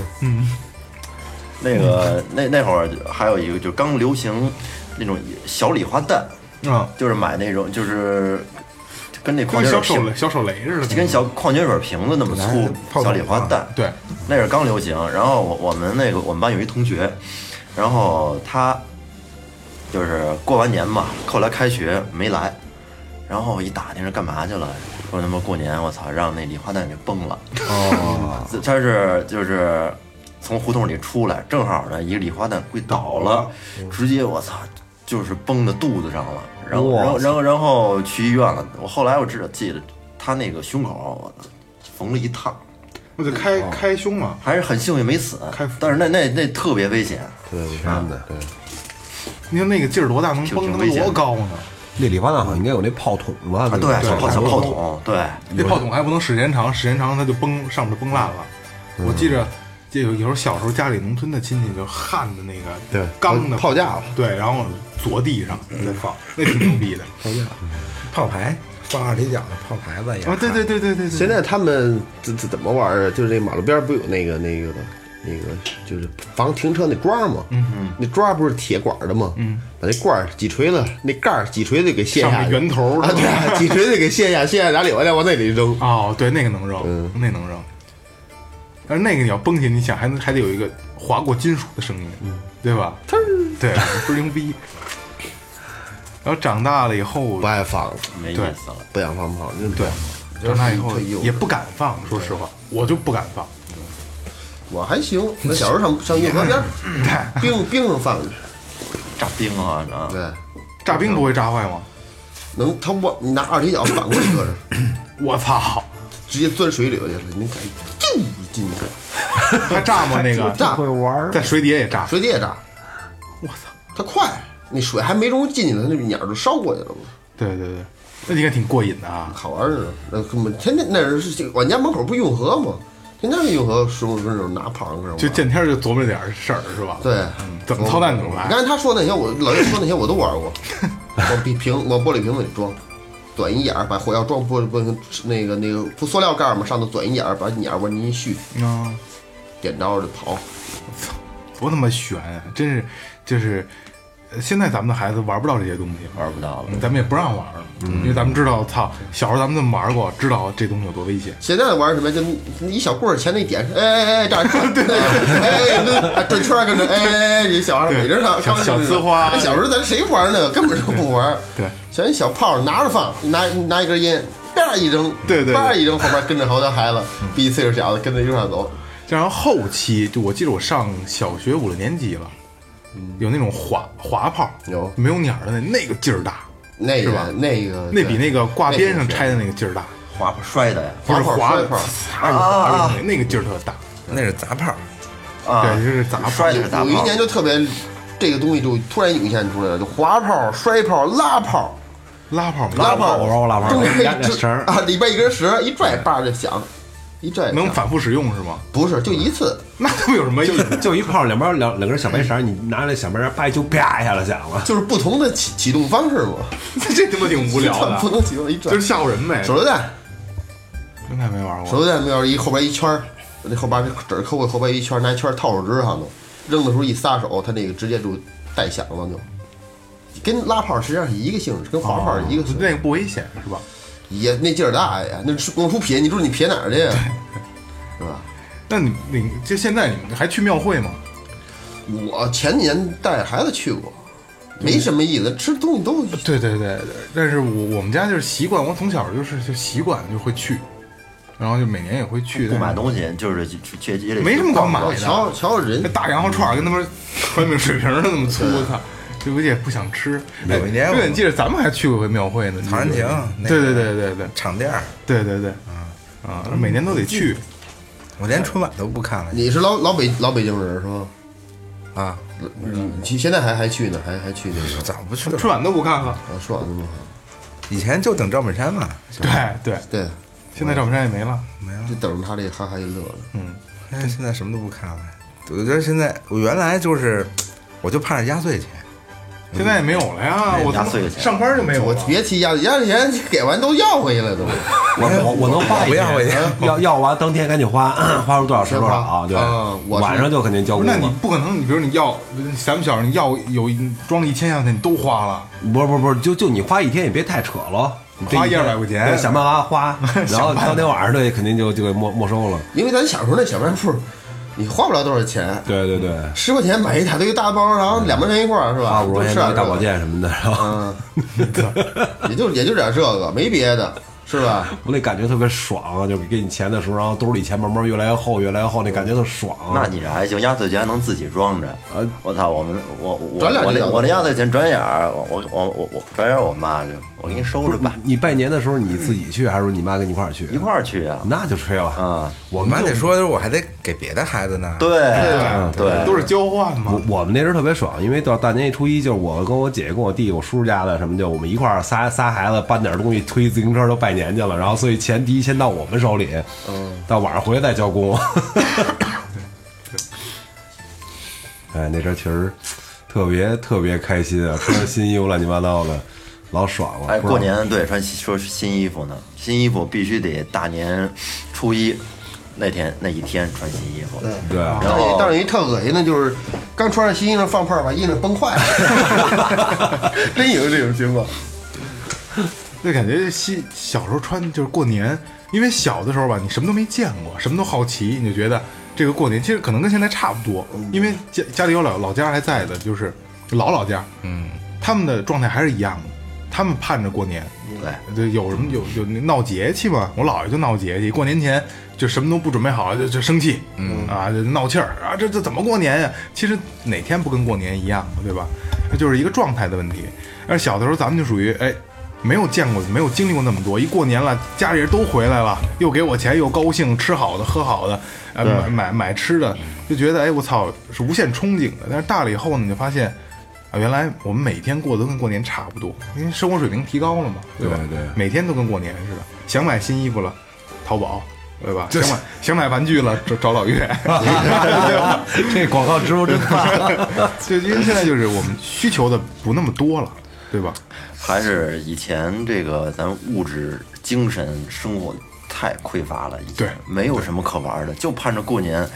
Speaker 7: 那个那那会儿还有一个就刚流行那种小礼花弹，
Speaker 3: 啊，
Speaker 7: 就是买那种就是跟那矿
Speaker 3: 跟
Speaker 7: 泉
Speaker 3: 小
Speaker 7: 水
Speaker 3: 手雷
Speaker 7: 瓶，
Speaker 3: 小手雷似的那
Speaker 7: 跟
Speaker 3: 种。
Speaker 7: 小矿泉水瓶子那么
Speaker 5: 炮
Speaker 7: 粗，
Speaker 5: 筒
Speaker 7: 小礼花弹。
Speaker 3: 对，
Speaker 7: 那是刚流行。然后我我们那个我们班有一同学，然后他就是过完年嘛，后来开学没来，然后一打听是干嘛去了，说他妈过年我操让那礼花弹给崩了。哦，他是就是从胡同里出来，正好呢一个礼花弹给倒了，直接我操就是崩到肚子上了，然后
Speaker 4: 哇
Speaker 7: 然后然后然后去医院了。我后来我知道记得他那个胸口缝了一趟，
Speaker 3: 那就开
Speaker 6: 哦
Speaker 3: 开胸嘛，
Speaker 7: 还是很幸运没死
Speaker 3: 开腹，
Speaker 7: 但是那那那特别危险，啊
Speaker 6: 对，真的，对，
Speaker 3: 你说那个劲儿多大，能崩他妈多高呢？
Speaker 4: 那里巴纳好像应该有那炮筒吧？
Speaker 7: 啊，对，小炮小炮筒，对，
Speaker 3: 那炮筒还不能使时间长，时间长它就崩上面就崩烂了。我记着，就有有时候小时候家里农村的亲戚就焊的那个
Speaker 6: 对
Speaker 3: 钢的
Speaker 6: 炮架子，
Speaker 3: 对，然后坐地上再放，那挺牛逼的。
Speaker 5: 炮牌，放二踢脚的炮牌子也
Speaker 3: 啊，对对对对对，
Speaker 6: 现在他们怎怎怎么玩儿啊？就是那马路边儿不有那个那个那个，就是防停车那桩儿吗？嗯嗯，那桩儿不是铁管儿的吗？嗯，把那罐儿击锤了，那盖儿击锤子给卸
Speaker 3: 上
Speaker 6: 下
Speaker 3: 面
Speaker 6: 去，
Speaker 3: 圆头
Speaker 6: 啊，
Speaker 3: 是吧
Speaker 6: 对啊，击锤子给卸下，卸下俩里边再往那里 扔。
Speaker 3: 哦，对，那个能扔，
Speaker 6: 嗯
Speaker 3: 那能扔。但是那个你要崩下，你想还能还得有一个划过金属的声音，对吧？对，嗯倍儿牛逼。然后长大了以后
Speaker 6: 不，爱放了，
Speaker 7: 没意
Speaker 3: 对
Speaker 7: 思了。
Speaker 6: 不想放炮，真的
Speaker 3: 对，长大以后也不敢放，说实话，我就不敢放。
Speaker 6: 我还行，我小时候上上运河 边儿，冰冰上放着，
Speaker 7: 炸冰啊，啊，
Speaker 6: 对，
Speaker 3: 炸冰不会炸坏吗？
Speaker 6: 能他我你拿二踢脚反过去搁着，
Speaker 3: 我操，
Speaker 6: 直接钻水里头去了，你感觉就一进去，
Speaker 3: 还炸吗？ 那个
Speaker 6: 炸
Speaker 3: 在水底下也炸，
Speaker 6: 水底也炸，
Speaker 3: 我操！
Speaker 6: 它快，那水还没容易进去呢，它那鸟就烧过去了嘛，
Speaker 3: 对对对，那应该挺过瘾的啊。
Speaker 6: 好玩儿呢。那根本天天那人是我家门口不是运河吗？天天运河十五分钟拿炮搁那玩
Speaker 3: 就见天儿就琢磨点儿事儿是吧？
Speaker 6: 对
Speaker 3: 嗯，怎么操蛋怎么
Speaker 6: 刚
Speaker 3: 来。
Speaker 6: 才他说那些，我老岳说那些我都玩 过，往比瓶往玻璃瓶子里装，短一眼儿把火药装玻璃玻璃那个那个不塑料盖儿嘛，上头短一眼儿把眼儿往进一续，
Speaker 3: 嗯，
Speaker 6: 点着就跑。
Speaker 3: 多他妈悬啊！真是，就是呃现在咱们的孩子玩不到这些东西，
Speaker 7: 玩不到了。
Speaker 3: 嗯咱们也不让玩儿，因为咱们知道，操，小时候咱们这么玩过，知道这东西有多危险。
Speaker 6: 现在玩什么？就一小棍儿前那一点，哎哎哎，这儿， 对对，哎，抡还转圈儿跟着，哎哎哎，这小孩儿美着呢，
Speaker 3: 小小呲花
Speaker 6: 哎小时候咱谁玩呢？根本就不玩。
Speaker 3: 对，
Speaker 6: 全是小炮拿着放，拿拿一根烟，叭一扔，
Speaker 3: 对对对
Speaker 6: 叭一扔，后边跟着好多孩子，比岁数小的跟着一块儿走。
Speaker 3: 然后后期，就我记得我上小学五六年级了，有那种滑滑炮，
Speaker 6: 有
Speaker 3: 没有鸟儿的那那个劲儿大，
Speaker 6: 那
Speaker 3: 是吧
Speaker 6: 个那个
Speaker 3: 那比那个挂边上拆的
Speaker 6: 那
Speaker 3: 那个劲儿大，
Speaker 7: 滑不摔的呀？
Speaker 3: 不
Speaker 6: 挺
Speaker 3: 是
Speaker 6: 悬
Speaker 3: 滑哎
Speaker 6: 滑
Speaker 3: 的，
Speaker 6: 炮
Speaker 3: 呲就滑出去那个那个劲儿特大，
Speaker 5: 那是砸炮，
Speaker 7: 啊，
Speaker 3: 对，就是砸
Speaker 7: 摔
Speaker 3: 炮
Speaker 7: 的是大
Speaker 6: 有一
Speaker 7: 炮。
Speaker 6: 年就特别，这个东西就突然涌现出来了，就滑炮、摔炮、拉炮。
Speaker 3: 拉炮嘛，
Speaker 6: 拉炮，
Speaker 4: 我玩过拉炮
Speaker 6: 中间
Speaker 4: 俩
Speaker 6: 一
Speaker 4: 俩绳儿
Speaker 6: 啊，里边一根绳儿，一拽叭就响，一拽就响
Speaker 3: 能反复使用是吗？
Speaker 6: 不是就一次，
Speaker 3: 那他妈有什么意
Speaker 4: 就
Speaker 3: 思？
Speaker 4: 就一炮，两边两两根小白绳，你拿那小白绳叭就啪一下子响了。
Speaker 6: 就是不同的启启动方式嘛，
Speaker 3: 这他妈挺无聊
Speaker 6: 不
Speaker 3: 的，
Speaker 6: 同启动一拽
Speaker 3: 就是，吓唬人呗。
Speaker 6: 手榴弹，
Speaker 3: 真的没玩
Speaker 6: 手
Speaker 3: 过，
Speaker 6: 榴弹没有一后边一圈儿，那后边这儿扣个后边一圈儿，拿一圈儿套手指上头，扔的时候一撒手，它那个直接就带响了就。跟拉炮实际上是一个性质，跟滑炮是一个性质，
Speaker 3: 那个不危险是吧？
Speaker 6: 也那劲儿大呀，那是光出撇，你知道你撇哪儿去呀？是吧？
Speaker 3: 那你你就现在你们还去庙会吗？
Speaker 6: 我前年带着孩子去过，没什么意思，吃东西都
Speaker 3: 对对对，对但是我我们家就是习惯，我从小就是就习惯就会去，然后就每年也会去，
Speaker 7: 不买
Speaker 3: 但
Speaker 7: 东西就是去去去街里
Speaker 3: 没什么可买的
Speaker 6: 哦瞧瞧
Speaker 3: 是那
Speaker 6: 人，
Speaker 4: 哎
Speaker 3: 大羊肉串儿跟他妈宽饼水平儿那么粗，我操！这我也不想吃。哎
Speaker 5: 有一年我
Speaker 3: 对，你记得咱们还去过回庙会呢，
Speaker 5: 陶然亭那个
Speaker 3: 对对对对对
Speaker 5: 场店儿，
Speaker 3: 对对对，啊，每年都得去。
Speaker 5: 我连春晚都不看了
Speaker 6: 你是老老北老北京人是吧？
Speaker 5: 啊，
Speaker 6: 你去现在还还去呢，还还去那个
Speaker 5: 早不去了。
Speaker 3: 春晚都不看了，
Speaker 6: 啊说完了吗？
Speaker 5: 以前就等赵本山嘛，
Speaker 3: 对对，
Speaker 6: 对，
Speaker 3: 现在赵本山也没了。
Speaker 4: 哎
Speaker 6: 就等着他这哈哈一乐了。
Speaker 4: 嗯
Speaker 5: 现在现在什么都不看了。我觉得现在我原来就是，我就盼着压岁钱，
Speaker 3: 现在也没有了呀，我他妈
Speaker 7: 压岁钱
Speaker 3: 上班就没有
Speaker 6: 我
Speaker 3: 了。
Speaker 6: 别提压压岁钱给完都要回去了都，
Speaker 4: 我我我能花一
Speaker 5: 不要回去
Speaker 4: 天， 要要完当天赶紧花， 花出多少是多少啊？对
Speaker 6: 啊，我是
Speaker 4: 晚上就肯定交
Speaker 3: 不
Speaker 4: 工
Speaker 3: 是，那你
Speaker 4: 了。
Speaker 3: 不可能，你比如你要，咱们小时候你要有一装了一千样钱，你都花了。
Speaker 4: 不是不是不是，就就你花一天也别太扯了，哦你这
Speaker 3: 花
Speaker 4: 天
Speaker 3: 100块钱
Speaker 4: 对想办法花，然后当天晚上对肯定就就给没没收了。
Speaker 6: 因为咱小时候那小卖铺，你花不了多少钱，
Speaker 4: 对对对，
Speaker 6: 十块钱买一大堆大包，然后两毛钱一块儿是吧？
Speaker 4: 花五十块钱
Speaker 6: 是
Speaker 4: 买
Speaker 6: 啊
Speaker 4: 大保，健什么的，然后
Speaker 6: 是啊嗯，也就也就点这个，没别的。是吧？
Speaker 4: 我那感觉特别爽啊！就给你钱的时候，然后兜里钱慢慢越来越厚，越来越厚，那感觉特爽啊。
Speaker 7: 那你这还行，压岁钱能自己装着。我操，我们我我
Speaker 6: 转脸
Speaker 7: 我
Speaker 6: 就
Speaker 7: 那
Speaker 6: 能
Speaker 7: 我那压岁钱转眼儿，我我我我我转眼儿我妈就我给你收
Speaker 4: 不
Speaker 7: 着
Speaker 4: 是
Speaker 7: 吧，
Speaker 4: 你你拜年的时候你自己去，还是你妈跟你一块儿去？
Speaker 7: 一块儿去啊
Speaker 4: 那就吹了
Speaker 7: 啊！
Speaker 4: 我
Speaker 5: 我
Speaker 4: 们
Speaker 5: 妈
Speaker 4: 就
Speaker 5: 得说，我还得给别的孩子呢。
Speaker 7: 对对，
Speaker 3: 都是交换嘛
Speaker 4: 我。我们那时候特别爽，因为到大年一初一，就是我跟我姐跟我弟、我叔叔家的什么，就我们一块儿仨仨孩子搬点东西，推自行车都拜年去了。然后所以钱第一先到我们手里，嗯，到晚上回来再交工。哎，那阵儿确实特别特别开心啊，穿新衣服乱七八糟的，老爽了。
Speaker 7: 哎，
Speaker 4: 不知道
Speaker 7: 过年对穿新说新衣服呢，新衣服必须得大年初一那天那一天穿新衣服。
Speaker 4: 对啊，
Speaker 7: 然
Speaker 6: 但是
Speaker 7: 后
Speaker 6: 但是有一特恶心的，就是刚穿上新衣裳放炮，把衣裳崩 坏了，真有这种情况。
Speaker 3: 就感觉西小时候穿就是过年，因为小的时候吧，你什么都没见过，什么都好奇，你就觉得这个过年其实可能跟现在差不多，因为家家里有老老家还在的，就是老老家，嗯，他们的状态还是一样的，他们盼着过年，
Speaker 7: 对，
Speaker 3: 对，有什么有有那闹节气嘛？我姥爷就闹节气，过年前就什么都不准备好，就就生气，嗯啊，就闹气儿啊，这这怎么过年呀、其实哪天不跟过年一样，对吧？这就是一个状态的问题。而小的时候咱们就属于哎，没有见过，没有经历过那么多，一过年了，家里人都回来了，又给我钱，又高兴，吃好的，喝好的，呃，买买买吃的，就觉得哎，我操，是无限憧憬的。但是大了以后呢，你就发现。啊，原来我们每天过得都跟过年差不多，因为生活水平提高了嘛，对吧？
Speaker 4: 对对
Speaker 3: 每天都跟过年似的。想买新衣服了，淘宝，对吧？想买想买玩具了，找找老岳。
Speaker 4: 这广告植入真棒。
Speaker 3: 对，因为现在就是我们需求的不那么多了，对吧？
Speaker 7: 还是以前这个咱物质、精神、生活太匮乏了，已经
Speaker 3: 对
Speaker 7: 没有什么可玩的，就盼着过年，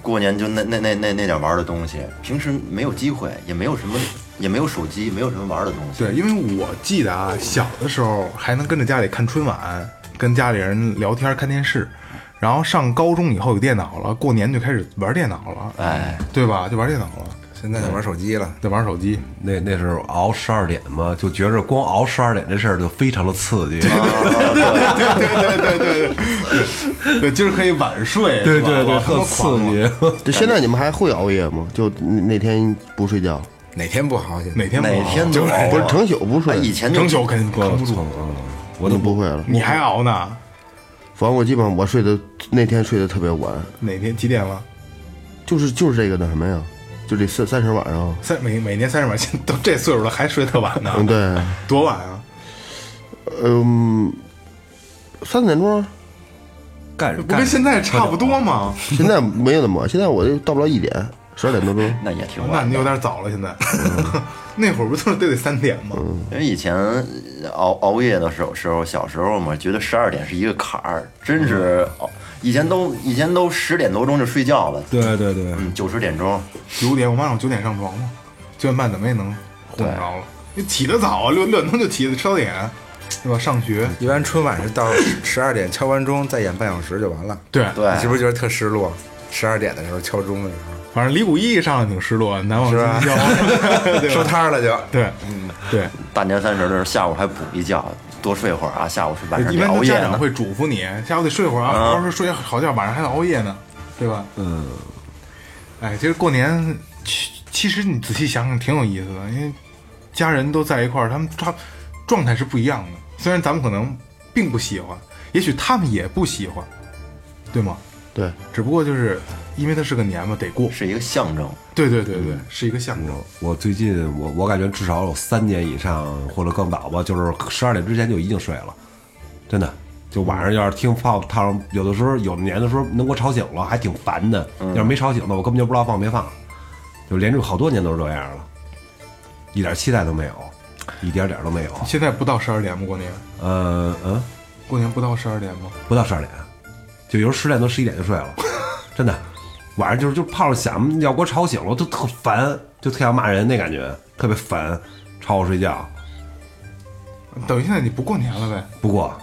Speaker 7: 过年就那那那那那点玩的东西，平时没有机会，也没有什么，也没有手机，没有什么玩的东西。
Speaker 3: 对，因为我记得啊，小的时候还能跟着家里看春晚，跟家里人聊天、看电视。然后上高中以后有电脑了，过年就开始玩电脑了，
Speaker 7: 哎，
Speaker 3: 对吧？就玩电脑了，
Speaker 5: 现在玩手机了，
Speaker 3: 得玩手机。
Speaker 4: 那那是熬十二点嘛，就觉着光熬十二点这事儿就非常的刺激。
Speaker 3: 对，今儿可以晚睡，
Speaker 4: 对
Speaker 3: 是吧
Speaker 4: 对对，
Speaker 3: 哇他
Speaker 4: 特
Speaker 3: 妈
Speaker 4: 刺
Speaker 3: 狂了
Speaker 4: 激。
Speaker 6: 就现在你们还会熬夜吗？就那那天不睡觉，
Speaker 5: 哪天不好现在
Speaker 3: 哪天不
Speaker 7: 哪
Speaker 3: 熬
Speaker 7: 天都熬啊
Speaker 6: 不是成宿不睡
Speaker 7: 哦哎以前就
Speaker 3: 整宿肯定扛不住，
Speaker 6: 我都不会了。
Speaker 3: 你还熬呢？
Speaker 6: 反正我基本上我睡的那天睡得特别晚，
Speaker 3: 哪天几点了？
Speaker 6: 就是就是这个那什么呀，就这三三十晚上。
Speaker 3: 三每每年三十晚，现在都这岁数了还睡特晚呢？
Speaker 6: 嗯，对，
Speaker 3: 多晚啊？
Speaker 6: 嗯，三点钟，
Speaker 4: 干
Speaker 3: 不跟现在差不多吗？
Speaker 6: 现在没有那么，晚，现在我就到不了一点，十二点多钟。
Speaker 7: 那也挺
Speaker 3: 那
Speaker 7: 晚
Speaker 3: 你
Speaker 7: 的。
Speaker 3: 有点早了，现在。 那会儿不都得得三点吗？
Speaker 7: 因为以前熬熬夜的时候，时候小时候嘛，觉得十二点是一个坎儿，真是熬。以前都以前都十点多钟就睡觉了，
Speaker 4: 对对对，
Speaker 7: 嗯，九十点钟，
Speaker 3: 九点，我妈让我九点上床嘛，九点半怎么也能混着了。你起得早啊，六六点钟就起，吃早点，对吧？上学，
Speaker 5: 一般春晚是到十二点敲完钟，再演半小时就完了。
Speaker 3: 对，
Speaker 7: 对
Speaker 5: 你是不是觉得特失落？十二点的时候敲钟的时候，
Speaker 3: 反正李谷一上来挺失落，难忘今宵， 对
Speaker 5: 收
Speaker 3: 吧？
Speaker 5: 摊儿了就。
Speaker 3: 对，对。
Speaker 7: 大年三十的时候下午还补一觉，多睡会儿啊，下午是晚上
Speaker 3: 一
Speaker 7: 得
Speaker 3: 般
Speaker 7: 熬
Speaker 3: 都
Speaker 7: 夜
Speaker 3: 家长
Speaker 7: 呢。嗯
Speaker 3: 会嘱咐你，下午得睡会儿啊，好好睡睡好觉，晚上还得熬夜呢，对吧？嗯。哎，其实过年，其其实你仔细想想挺有意思的，因为家人都在一块儿，他们他状态是不一样的。虽然咱们可能并不喜欢，也许他们也不喜欢，对吗？
Speaker 6: 对，
Speaker 3: 只不过就是因为它是个年嘛，得过。
Speaker 7: 是一个象征，
Speaker 3: 对对对
Speaker 7: 嗯
Speaker 3: 对，是一个象征。
Speaker 4: 我我最近我我感觉至少有三年以上或者更早吧，就是十二点之前就一定睡了，真的。就晚上要是听放烫上，有的时候有的年的时候能给我吵醒了，还挺烦的。要是没吵醒呢，我根本就不知道放没放，就连着好多年都是这样了，一点期待都没有，一点点都没有。
Speaker 3: 现在不到十二点吗？过年，
Speaker 4: 呃嗯，
Speaker 3: 过年不到十二点吗？
Speaker 4: 不到十二点，就有时候十点多、十一点就睡了，真的。晚上就是就泡着想要给我吵醒了，我就特烦，就特想骂人那感觉，特别烦，吵我睡觉。
Speaker 3: 等于现在你不过年了呗？
Speaker 4: 不过，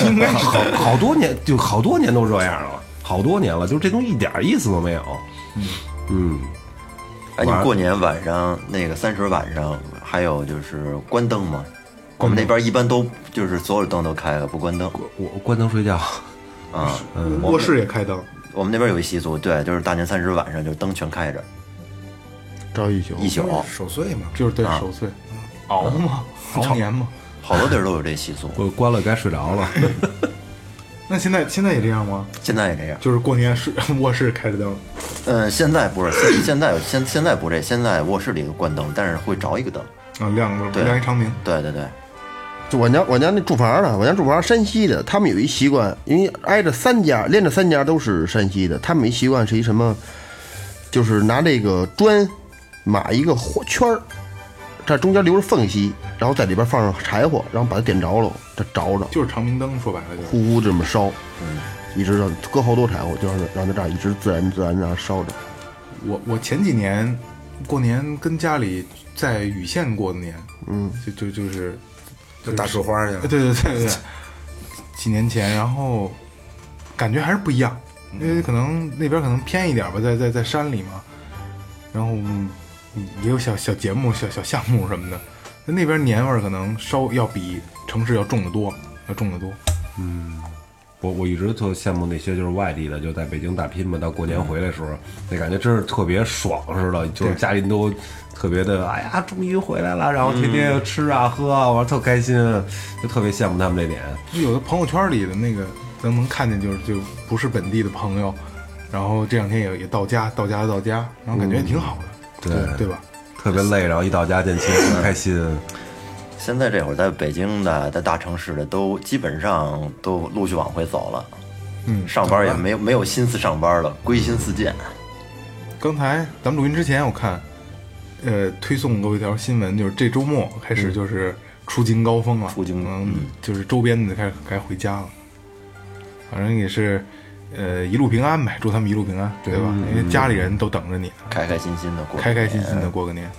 Speaker 4: 应该好好多年，就好多年都这样了，好多年了，就这东西一点意思都没有。嗯，
Speaker 7: 哎，你
Speaker 4: 晚上
Speaker 7: 过年晚上那个三十晚上还有就是关灯吗？我
Speaker 3: 嗯
Speaker 7: 们那边一般都就是所有的灯都开了，不关灯
Speaker 4: 我关灯睡觉，
Speaker 7: 啊。
Speaker 3: 卧室也开灯，
Speaker 7: 我们那边有一习俗，对，就是大年三十晚上就灯全开着
Speaker 6: 招一宿，
Speaker 7: 一宿，
Speaker 5: 守岁嘛，
Speaker 3: 就是对
Speaker 7: 啊
Speaker 3: 守岁，熬嘛，嗯 熬年嘛。
Speaker 7: 好多地儿都有这习俗，
Speaker 4: 我关了该睡着了。
Speaker 3: 那现在现在也这样吗？
Speaker 7: 现在也这样。
Speaker 3: 就是过年是 卧室开着灯，
Speaker 7: 嗯，现在不是，现 现在现现在不这，现在卧室里关灯，但是会着一个灯。
Speaker 3: 啊，亮个
Speaker 7: 对
Speaker 3: 亮一长明，
Speaker 7: 对对对，
Speaker 6: 就我家我家那住房的，我家住房山西的，他们有一习惯，因为挨着三家，连着三家都是山西的，他们一习惯是一什么，就是拿这个砖码一个花圈儿，这中间留着缝隙，然后在里边放上柴火，然后把它点着了，它着着，
Speaker 3: 就是长明灯，说白了就是。
Speaker 6: 呼呼这么烧，一直让搁好多柴火，就让它让它这样一直自然自然这样烧着。
Speaker 3: 我我前几年过年跟家里在禹县过的年，嗯，就就就是，
Speaker 5: 就打树花去了
Speaker 3: 对。对对对，几年前，然后感觉还是不一样，因为可能那边可能偏一点吧，在在在山里嘛，然后嗯也有小小节目、小小项目什么的，那那边年味儿可能稍要比城市要重得多，要重得多。
Speaker 4: 我我一直特羡慕那些就是外地的，就在北京打拼嘛，到过年回来的时候，那感觉真是特别爽似的，就是家里都特别的，哎呀，终于回来了，然后天天吃啊喝啊，玩特开心，就特别羡慕他们这点。
Speaker 3: 有的朋友圈里的那个咱能看见，就是就不是本地的朋友，然后这两天也也到家，到家到家，然后感觉也挺好的，对对吧？
Speaker 4: 特别累，然后一到家见亲戚开心，
Speaker 7: 现在这会儿在北京的，在大城市的都基本上都陆续往回走了，
Speaker 3: 嗯
Speaker 7: 上班也没有没有心思上班了，归心似箭。
Speaker 3: 刚才咱们录音之前，我看，呃，推送过一条新闻，就是这周末开始就是出京高峰了，
Speaker 7: 出京
Speaker 3: 嗯，就是周边的开始该回家了。反正也是，呃，一路平安呗，祝他们一路平安，对吧？因为家里人都等着你呢，
Speaker 7: 开开心心的过，
Speaker 3: 开开心心的过个年。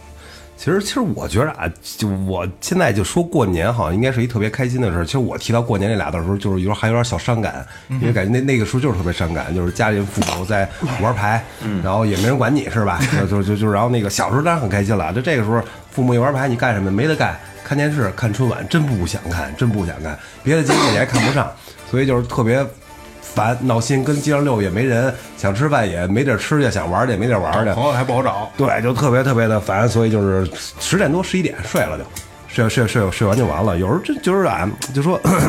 Speaker 4: 其实，其实我觉着啊，就我现在就说过年好像应该是一特别开心的事儿。其实我提到过年这俩字儿的时候，就是有点还有点小伤感，因为感觉那那个时候就是特别伤感，就是家里人父母在玩牌，然后也没人管你是吧？就就就就然后那个小时候当然很开心了，就这个时候父母一玩牌，你干什么？没得干，看电视看春晚，真不想看，真不想看，别的节目你还看不上，所以就是特别烦闹心，跟街上溜也没人，想吃饭也没地儿吃去，想玩儿的也没地儿玩儿去，
Speaker 3: 朋友还不好找，
Speaker 4: 对，就特别特别的烦，所以就是十点多十一点睡了就，睡睡睡睡完就完了。有时候这就是俺就说， 咳咳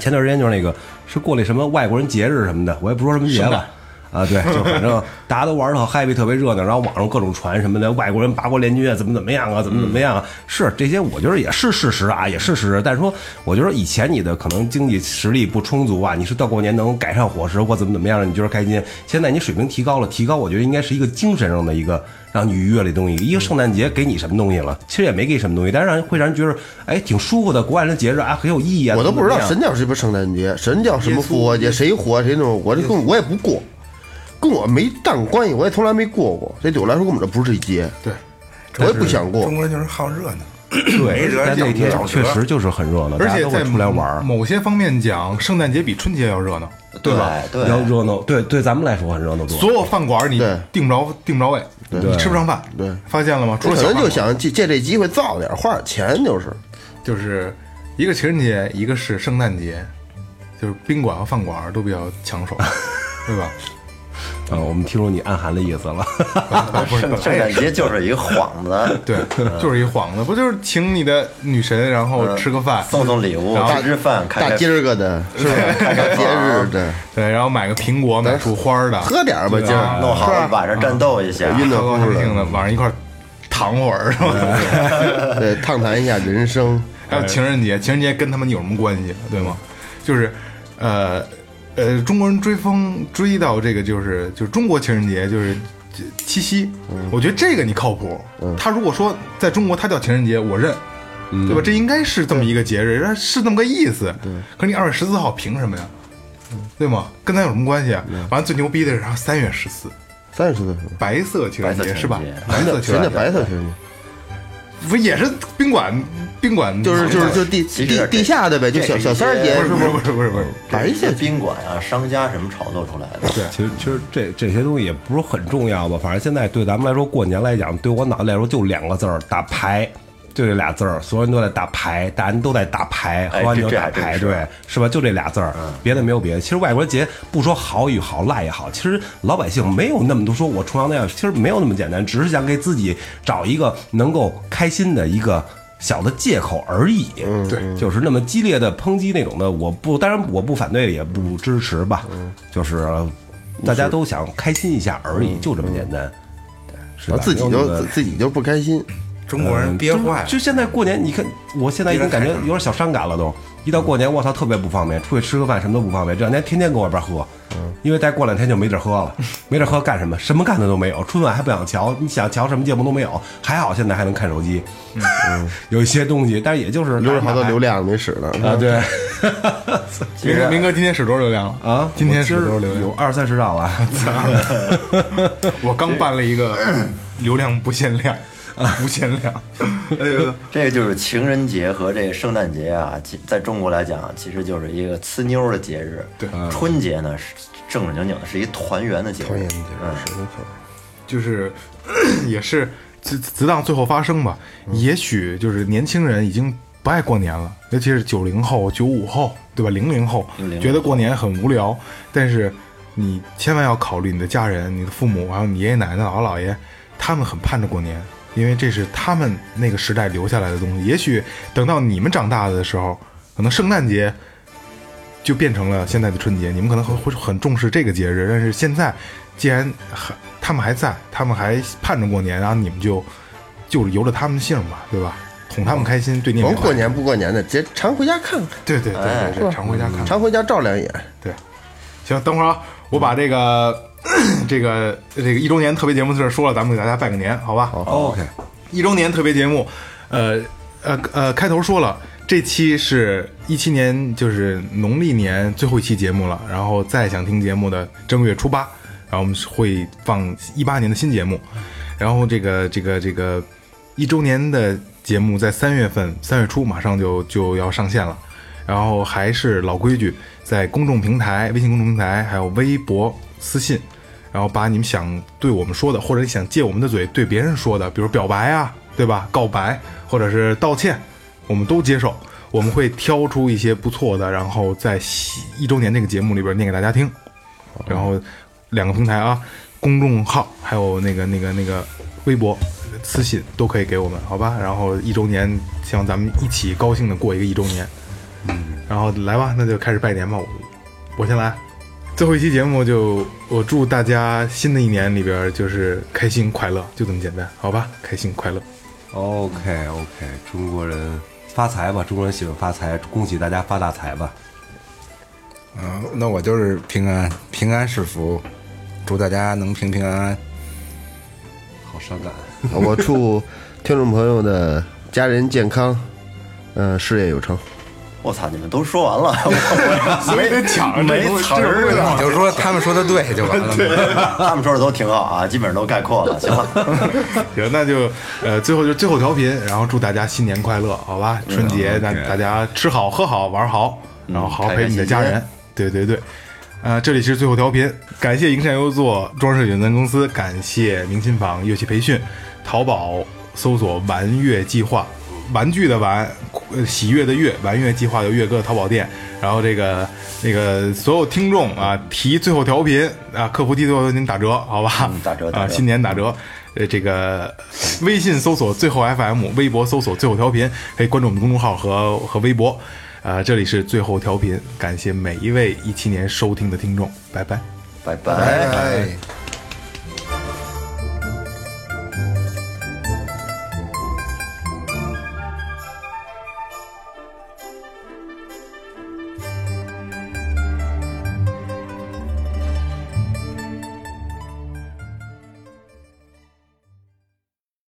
Speaker 4: 前段时间就是那个是过了什么外国人节日什么的，我也不说什么节了。啊，对，就反正大家都玩的好 happy，特别热闹，然后网上各种传什么的，外国人八国联军啊，怎么怎么样啊，怎么怎么样
Speaker 6: 嗯
Speaker 4: 啊，是这些，我觉得也是事实啊，也是事实。但是说，我觉得以前你的可能经济实力不充足啊，你是到过年能改善伙食或怎么怎么样，你觉得开心。现在你水平提高了，提高我觉得应该是一个精神上的一个让你愉悦的东西。一个圣诞节给你什么东西了？其实也没给你什么东西，但是让人会让人觉得哎挺舒服的，国外人节日啊很有意义啊。
Speaker 6: 我都
Speaker 4: 怎么
Speaker 6: 不知
Speaker 4: 怎
Speaker 6: 道
Speaker 4: 么样
Speaker 6: 神教什么圣诞节，神教什么复活节，谁活谁弄，我这跟我也不过，跟我没蛋关系，我也从来没过过，这对我来说根本就不是一节，
Speaker 3: 对，
Speaker 6: 我也不想过
Speaker 5: 中。国人就是好热闹，
Speaker 4: 对
Speaker 5: 没辙，
Speaker 4: 但那
Speaker 5: 讲
Speaker 4: 天
Speaker 5: 讲
Speaker 4: 确实就是很热闹，
Speaker 3: 而
Speaker 4: 大家
Speaker 3: 且
Speaker 4: 都
Speaker 3: 在
Speaker 4: 会出来玩儿。
Speaker 3: 某些方面讲，圣诞节比春节要热闹，
Speaker 7: 对
Speaker 4: 吧？
Speaker 7: 对
Speaker 4: 要热闹，对对，咱们来说很热闹多。
Speaker 3: 所有饭馆你
Speaker 6: 对
Speaker 3: 订不着订不着位，你吃不上饭，
Speaker 6: 对
Speaker 3: 发现了吗？除
Speaker 6: 我
Speaker 3: 了
Speaker 6: 可
Speaker 3: 小饭
Speaker 6: 能就
Speaker 3: 馆
Speaker 6: 想借借这机会造点，花点钱就是。
Speaker 3: 就是一个情人节，一个是圣诞节，就是宾馆和饭馆都比较抢手，对吧？
Speaker 4: 啊，我们听出你暗含的意思了。
Speaker 3: 不是，
Speaker 7: 圣诞节就是一个幌
Speaker 3: ，
Speaker 7: 子
Speaker 3: 对，就是一幌子，不就是请你的女神，然后吃个饭，
Speaker 7: 送送礼物
Speaker 3: 然，后
Speaker 7: 吃吃饭，开
Speaker 6: 大
Speaker 7: 开
Speaker 6: 今儿个的，是吧？ 大节日的，
Speaker 3: 对，然后买个苹果，买束花的，
Speaker 6: 喝点儿吧，今儿
Speaker 7: 弄好了晚上战斗一下。
Speaker 6: 晕的
Speaker 3: 高高
Speaker 6: 乎
Speaker 3: 兴兴
Speaker 6: 了，
Speaker 3: 的，晚上一块儿躺会儿，是吧？
Speaker 6: 对，畅谈一下人生。
Speaker 3: 还有情人节，情人节跟他们有什么关系，对吗？就是，呃，呃，中国人追风追到这个就是就是中国情人节就是这七夕，
Speaker 6: 嗯
Speaker 3: 我觉得这个你靠谱。他如果说在中国他叫情人节，我认，
Speaker 6: 嗯
Speaker 3: 对吧？这应该是这么一个节日，它是这么个意思。可是你二月十四号凭什么呀？对吗？跟咱有什么关系啊？
Speaker 6: 嗯
Speaker 3: 完了最牛逼的是，然后三月十四，
Speaker 6: 三十岁是吧？
Speaker 3: 白色情人
Speaker 7: 白色情
Speaker 3: 节
Speaker 7: 人
Speaker 3: 是吧
Speaker 7: 节？
Speaker 3: 白色啊情
Speaker 6: 全
Speaker 3: 人
Speaker 6: 叫
Speaker 3: 节
Speaker 6: 白色群吗？
Speaker 3: 不也是宾馆宾馆
Speaker 6: 就是就是就地
Speaker 7: 其实
Speaker 6: 地地下的呗，就小
Speaker 7: 这个
Speaker 6: 小三儿节
Speaker 3: 不是不是不是不是不是。
Speaker 6: 白
Speaker 7: 这
Speaker 6: 色
Speaker 7: 些宾馆啊、商家什么炒作出来的，
Speaker 3: 对
Speaker 4: 其实其实这这些东西也不是很重要吧，反正现在对咱们来说，过年来讲，对我脑子来说就两个字儿：打牌。就这俩字儿，所有人都在打牌，大家都在打牌，喝
Speaker 7: 哎
Speaker 4: 完
Speaker 7: 这
Speaker 4: 酒
Speaker 7: 这
Speaker 4: 打
Speaker 7: 还真
Speaker 4: 排
Speaker 7: 是嗯
Speaker 4: 队，是吧？就这俩字儿，别的没有别的。其实外国节不说好与好赖也好，其实老百姓没有那么多说我崇洋那样，其实没有那么简单，只是想给自己找一个能够开心的一个。小的借口而已，
Speaker 6: 嗯
Speaker 4: 对，就是那么激烈的抨击那种的，我不，当然我不反对，也不支持吧，
Speaker 6: 嗯
Speaker 4: 就是呃大家都想开心一下而已，就这么简单，是吧
Speaker 6: 然后？嗯啊自己
Speaker 4: 没有那
Speaker 6: 就
Speaker 4: 么
Speaker 6: 自自己就不开心，
Speaker 5: 中国人憋坏了
Speaker 4: 嗯就。就现在过年，你看我现在已经感觉有点小伤感了都。一到过年，我操，特别不方便，出去吃个饭什么都不方便。这两天天天跟我边喝，
Speaker 5: 嗯
Speaker 4: 因为再过两天就没地儿喝 了，没地儿喝干什么？什么干的都没有，春晚还不想瞧，你想瞧什么节目都没有。还好现在还能看手机，
Speaker 5: 嗯
Speaker 4: 有一些东西，但是也就是
Speaker 6: 留着好多流量没使呢。
Speaker 4: 啊， 对
Speaker 3: 明哥，明哥今天使多少流量了？
Speaker 4: 啊，
Speaker 3: 今天是多少
Speaker 4: 我今儿
Speaker 3: 流量
Speaker 4: 有二三十兆 吧？
Speaker 3: 我刚办了一个流量不限量，无限量。哎
Speaker 7: 这个就是情人节和这个圣诞节啊，其在中国来讲，啊其实就是一个呲妞儿的节日。对，春节呢是正正经经的是一团圆的节
Speaker 6: 哎
Speaker 7: 日。团 圆节日，
Speaker 3: 就是 也是自自当最后发声吧。也许就是年轻人已经不爱过年了，尤其是九零后、九五后，对吧？零零后
Speaker 7: 00后
Speaker 3: 觉得过年很无聊，但是你千万要考虑你的家人、你的父母，还有你爷爷奶奶、姥姥姥爷，他们很盼着过年。因为这是他们那个时代留下来的东西，也许等到你们长大的时候，可能圣诞节就变成了现在的春节。你们可能会会很重视这个节日，但是现在既然还他们还在，他们还盼着过年，然后你们就就是由着他们的姓吧，对吧？哄他们开心，对你也没有
Speaker 6: 甭哦过年哦不过年的，节常回家看看，
Speaker 3: 对对对对对，常回家看看。
Speaker 6: 常回家照两眼。
Speaker 3: 对，行，等会儿啊，我把这个 这个这个一周年特别节目的事儿说了，咱们给大家拜个年，好吧？好
Speaker 4: OK，
Speaker 3: 一周年特别节目，呃呃呃，开头说了，这期是一七年，就是农历年最后一期节目了。然后再想听节目的正月初八，然后我们会放一八年的新节目。然后这个这个这个一周年的节目在三月份三月初马上就就要上线了。然后还是老规矩，在公众平台、微信公众平台还有微博私信然后把你们想对我们说的，或者你想借我们的嘴对别人说的，比如表白啊，对吧？告白或者是道歉，我们都接受。我们会挑出一些不错的，然后在喜一周年这个节目里边念给大家听。然后两个平台啊，公众号还有那个那个那个微博私信都可以给我们，好吧？然后一周年，希望咱们一起高兴的过一个一周年。嗯，然后来吧，那就开始拜年吧，我我先来。最后一期节目就我祝大家新的一年里边就是开心快乐，就这么简单，好吧？开心快乐，
Speaker 4: OK OK，中国人发财吧，中国人喜欢发财，恭喜大家发大财吧。
Speaker 5: 啊、那我就是平安，平安是福，祝大家能平平安安。
Speaker 4: 好伤感，
Speaker 6: 我祝听众朋友的家人健康，呃，事业有成。
Speaker 7: 我操，你们都说完 了，我没得抢，没词儿
Speaker 5: 你
Speaker 7: 了。
Speaker 5: 啊就说他们说的 对就完了嘛。
Speaker 7: 他们说的都挺好啊，基本上都概括了。行 了，
Speaker 3: 行，那就呃最后就最后调频，然后祝大家新年快乐，好吧？春节让大家吃好喝好玩好，然后好好陪你的家人。对对对，呃，这里是最后调频，感谢营山优作装饰有限责任公司，感谢明琴坊乐器培训，淘宝搜索“玩乐计划”。玩具的玩，呃喜悦的悦，玩乐计划的乐哥淘宝店，然后这个那个所有听众啊，提最后调频啊，客服提最后调频打折，好吧？
Speaker 7: 嗯打折打
Speaker 3: 啊，
Speaker 7: 折
Speaker 3: 新年打折。呃，这个微信搜索最后 FM，微博搜索最后调频，可以关注我们的公众号和和微博。啊、这里是最后调频，感谢每一位一七年收听的听众，拜拜。
Speaker 7: 拜拜。
Speaker 5: 哎。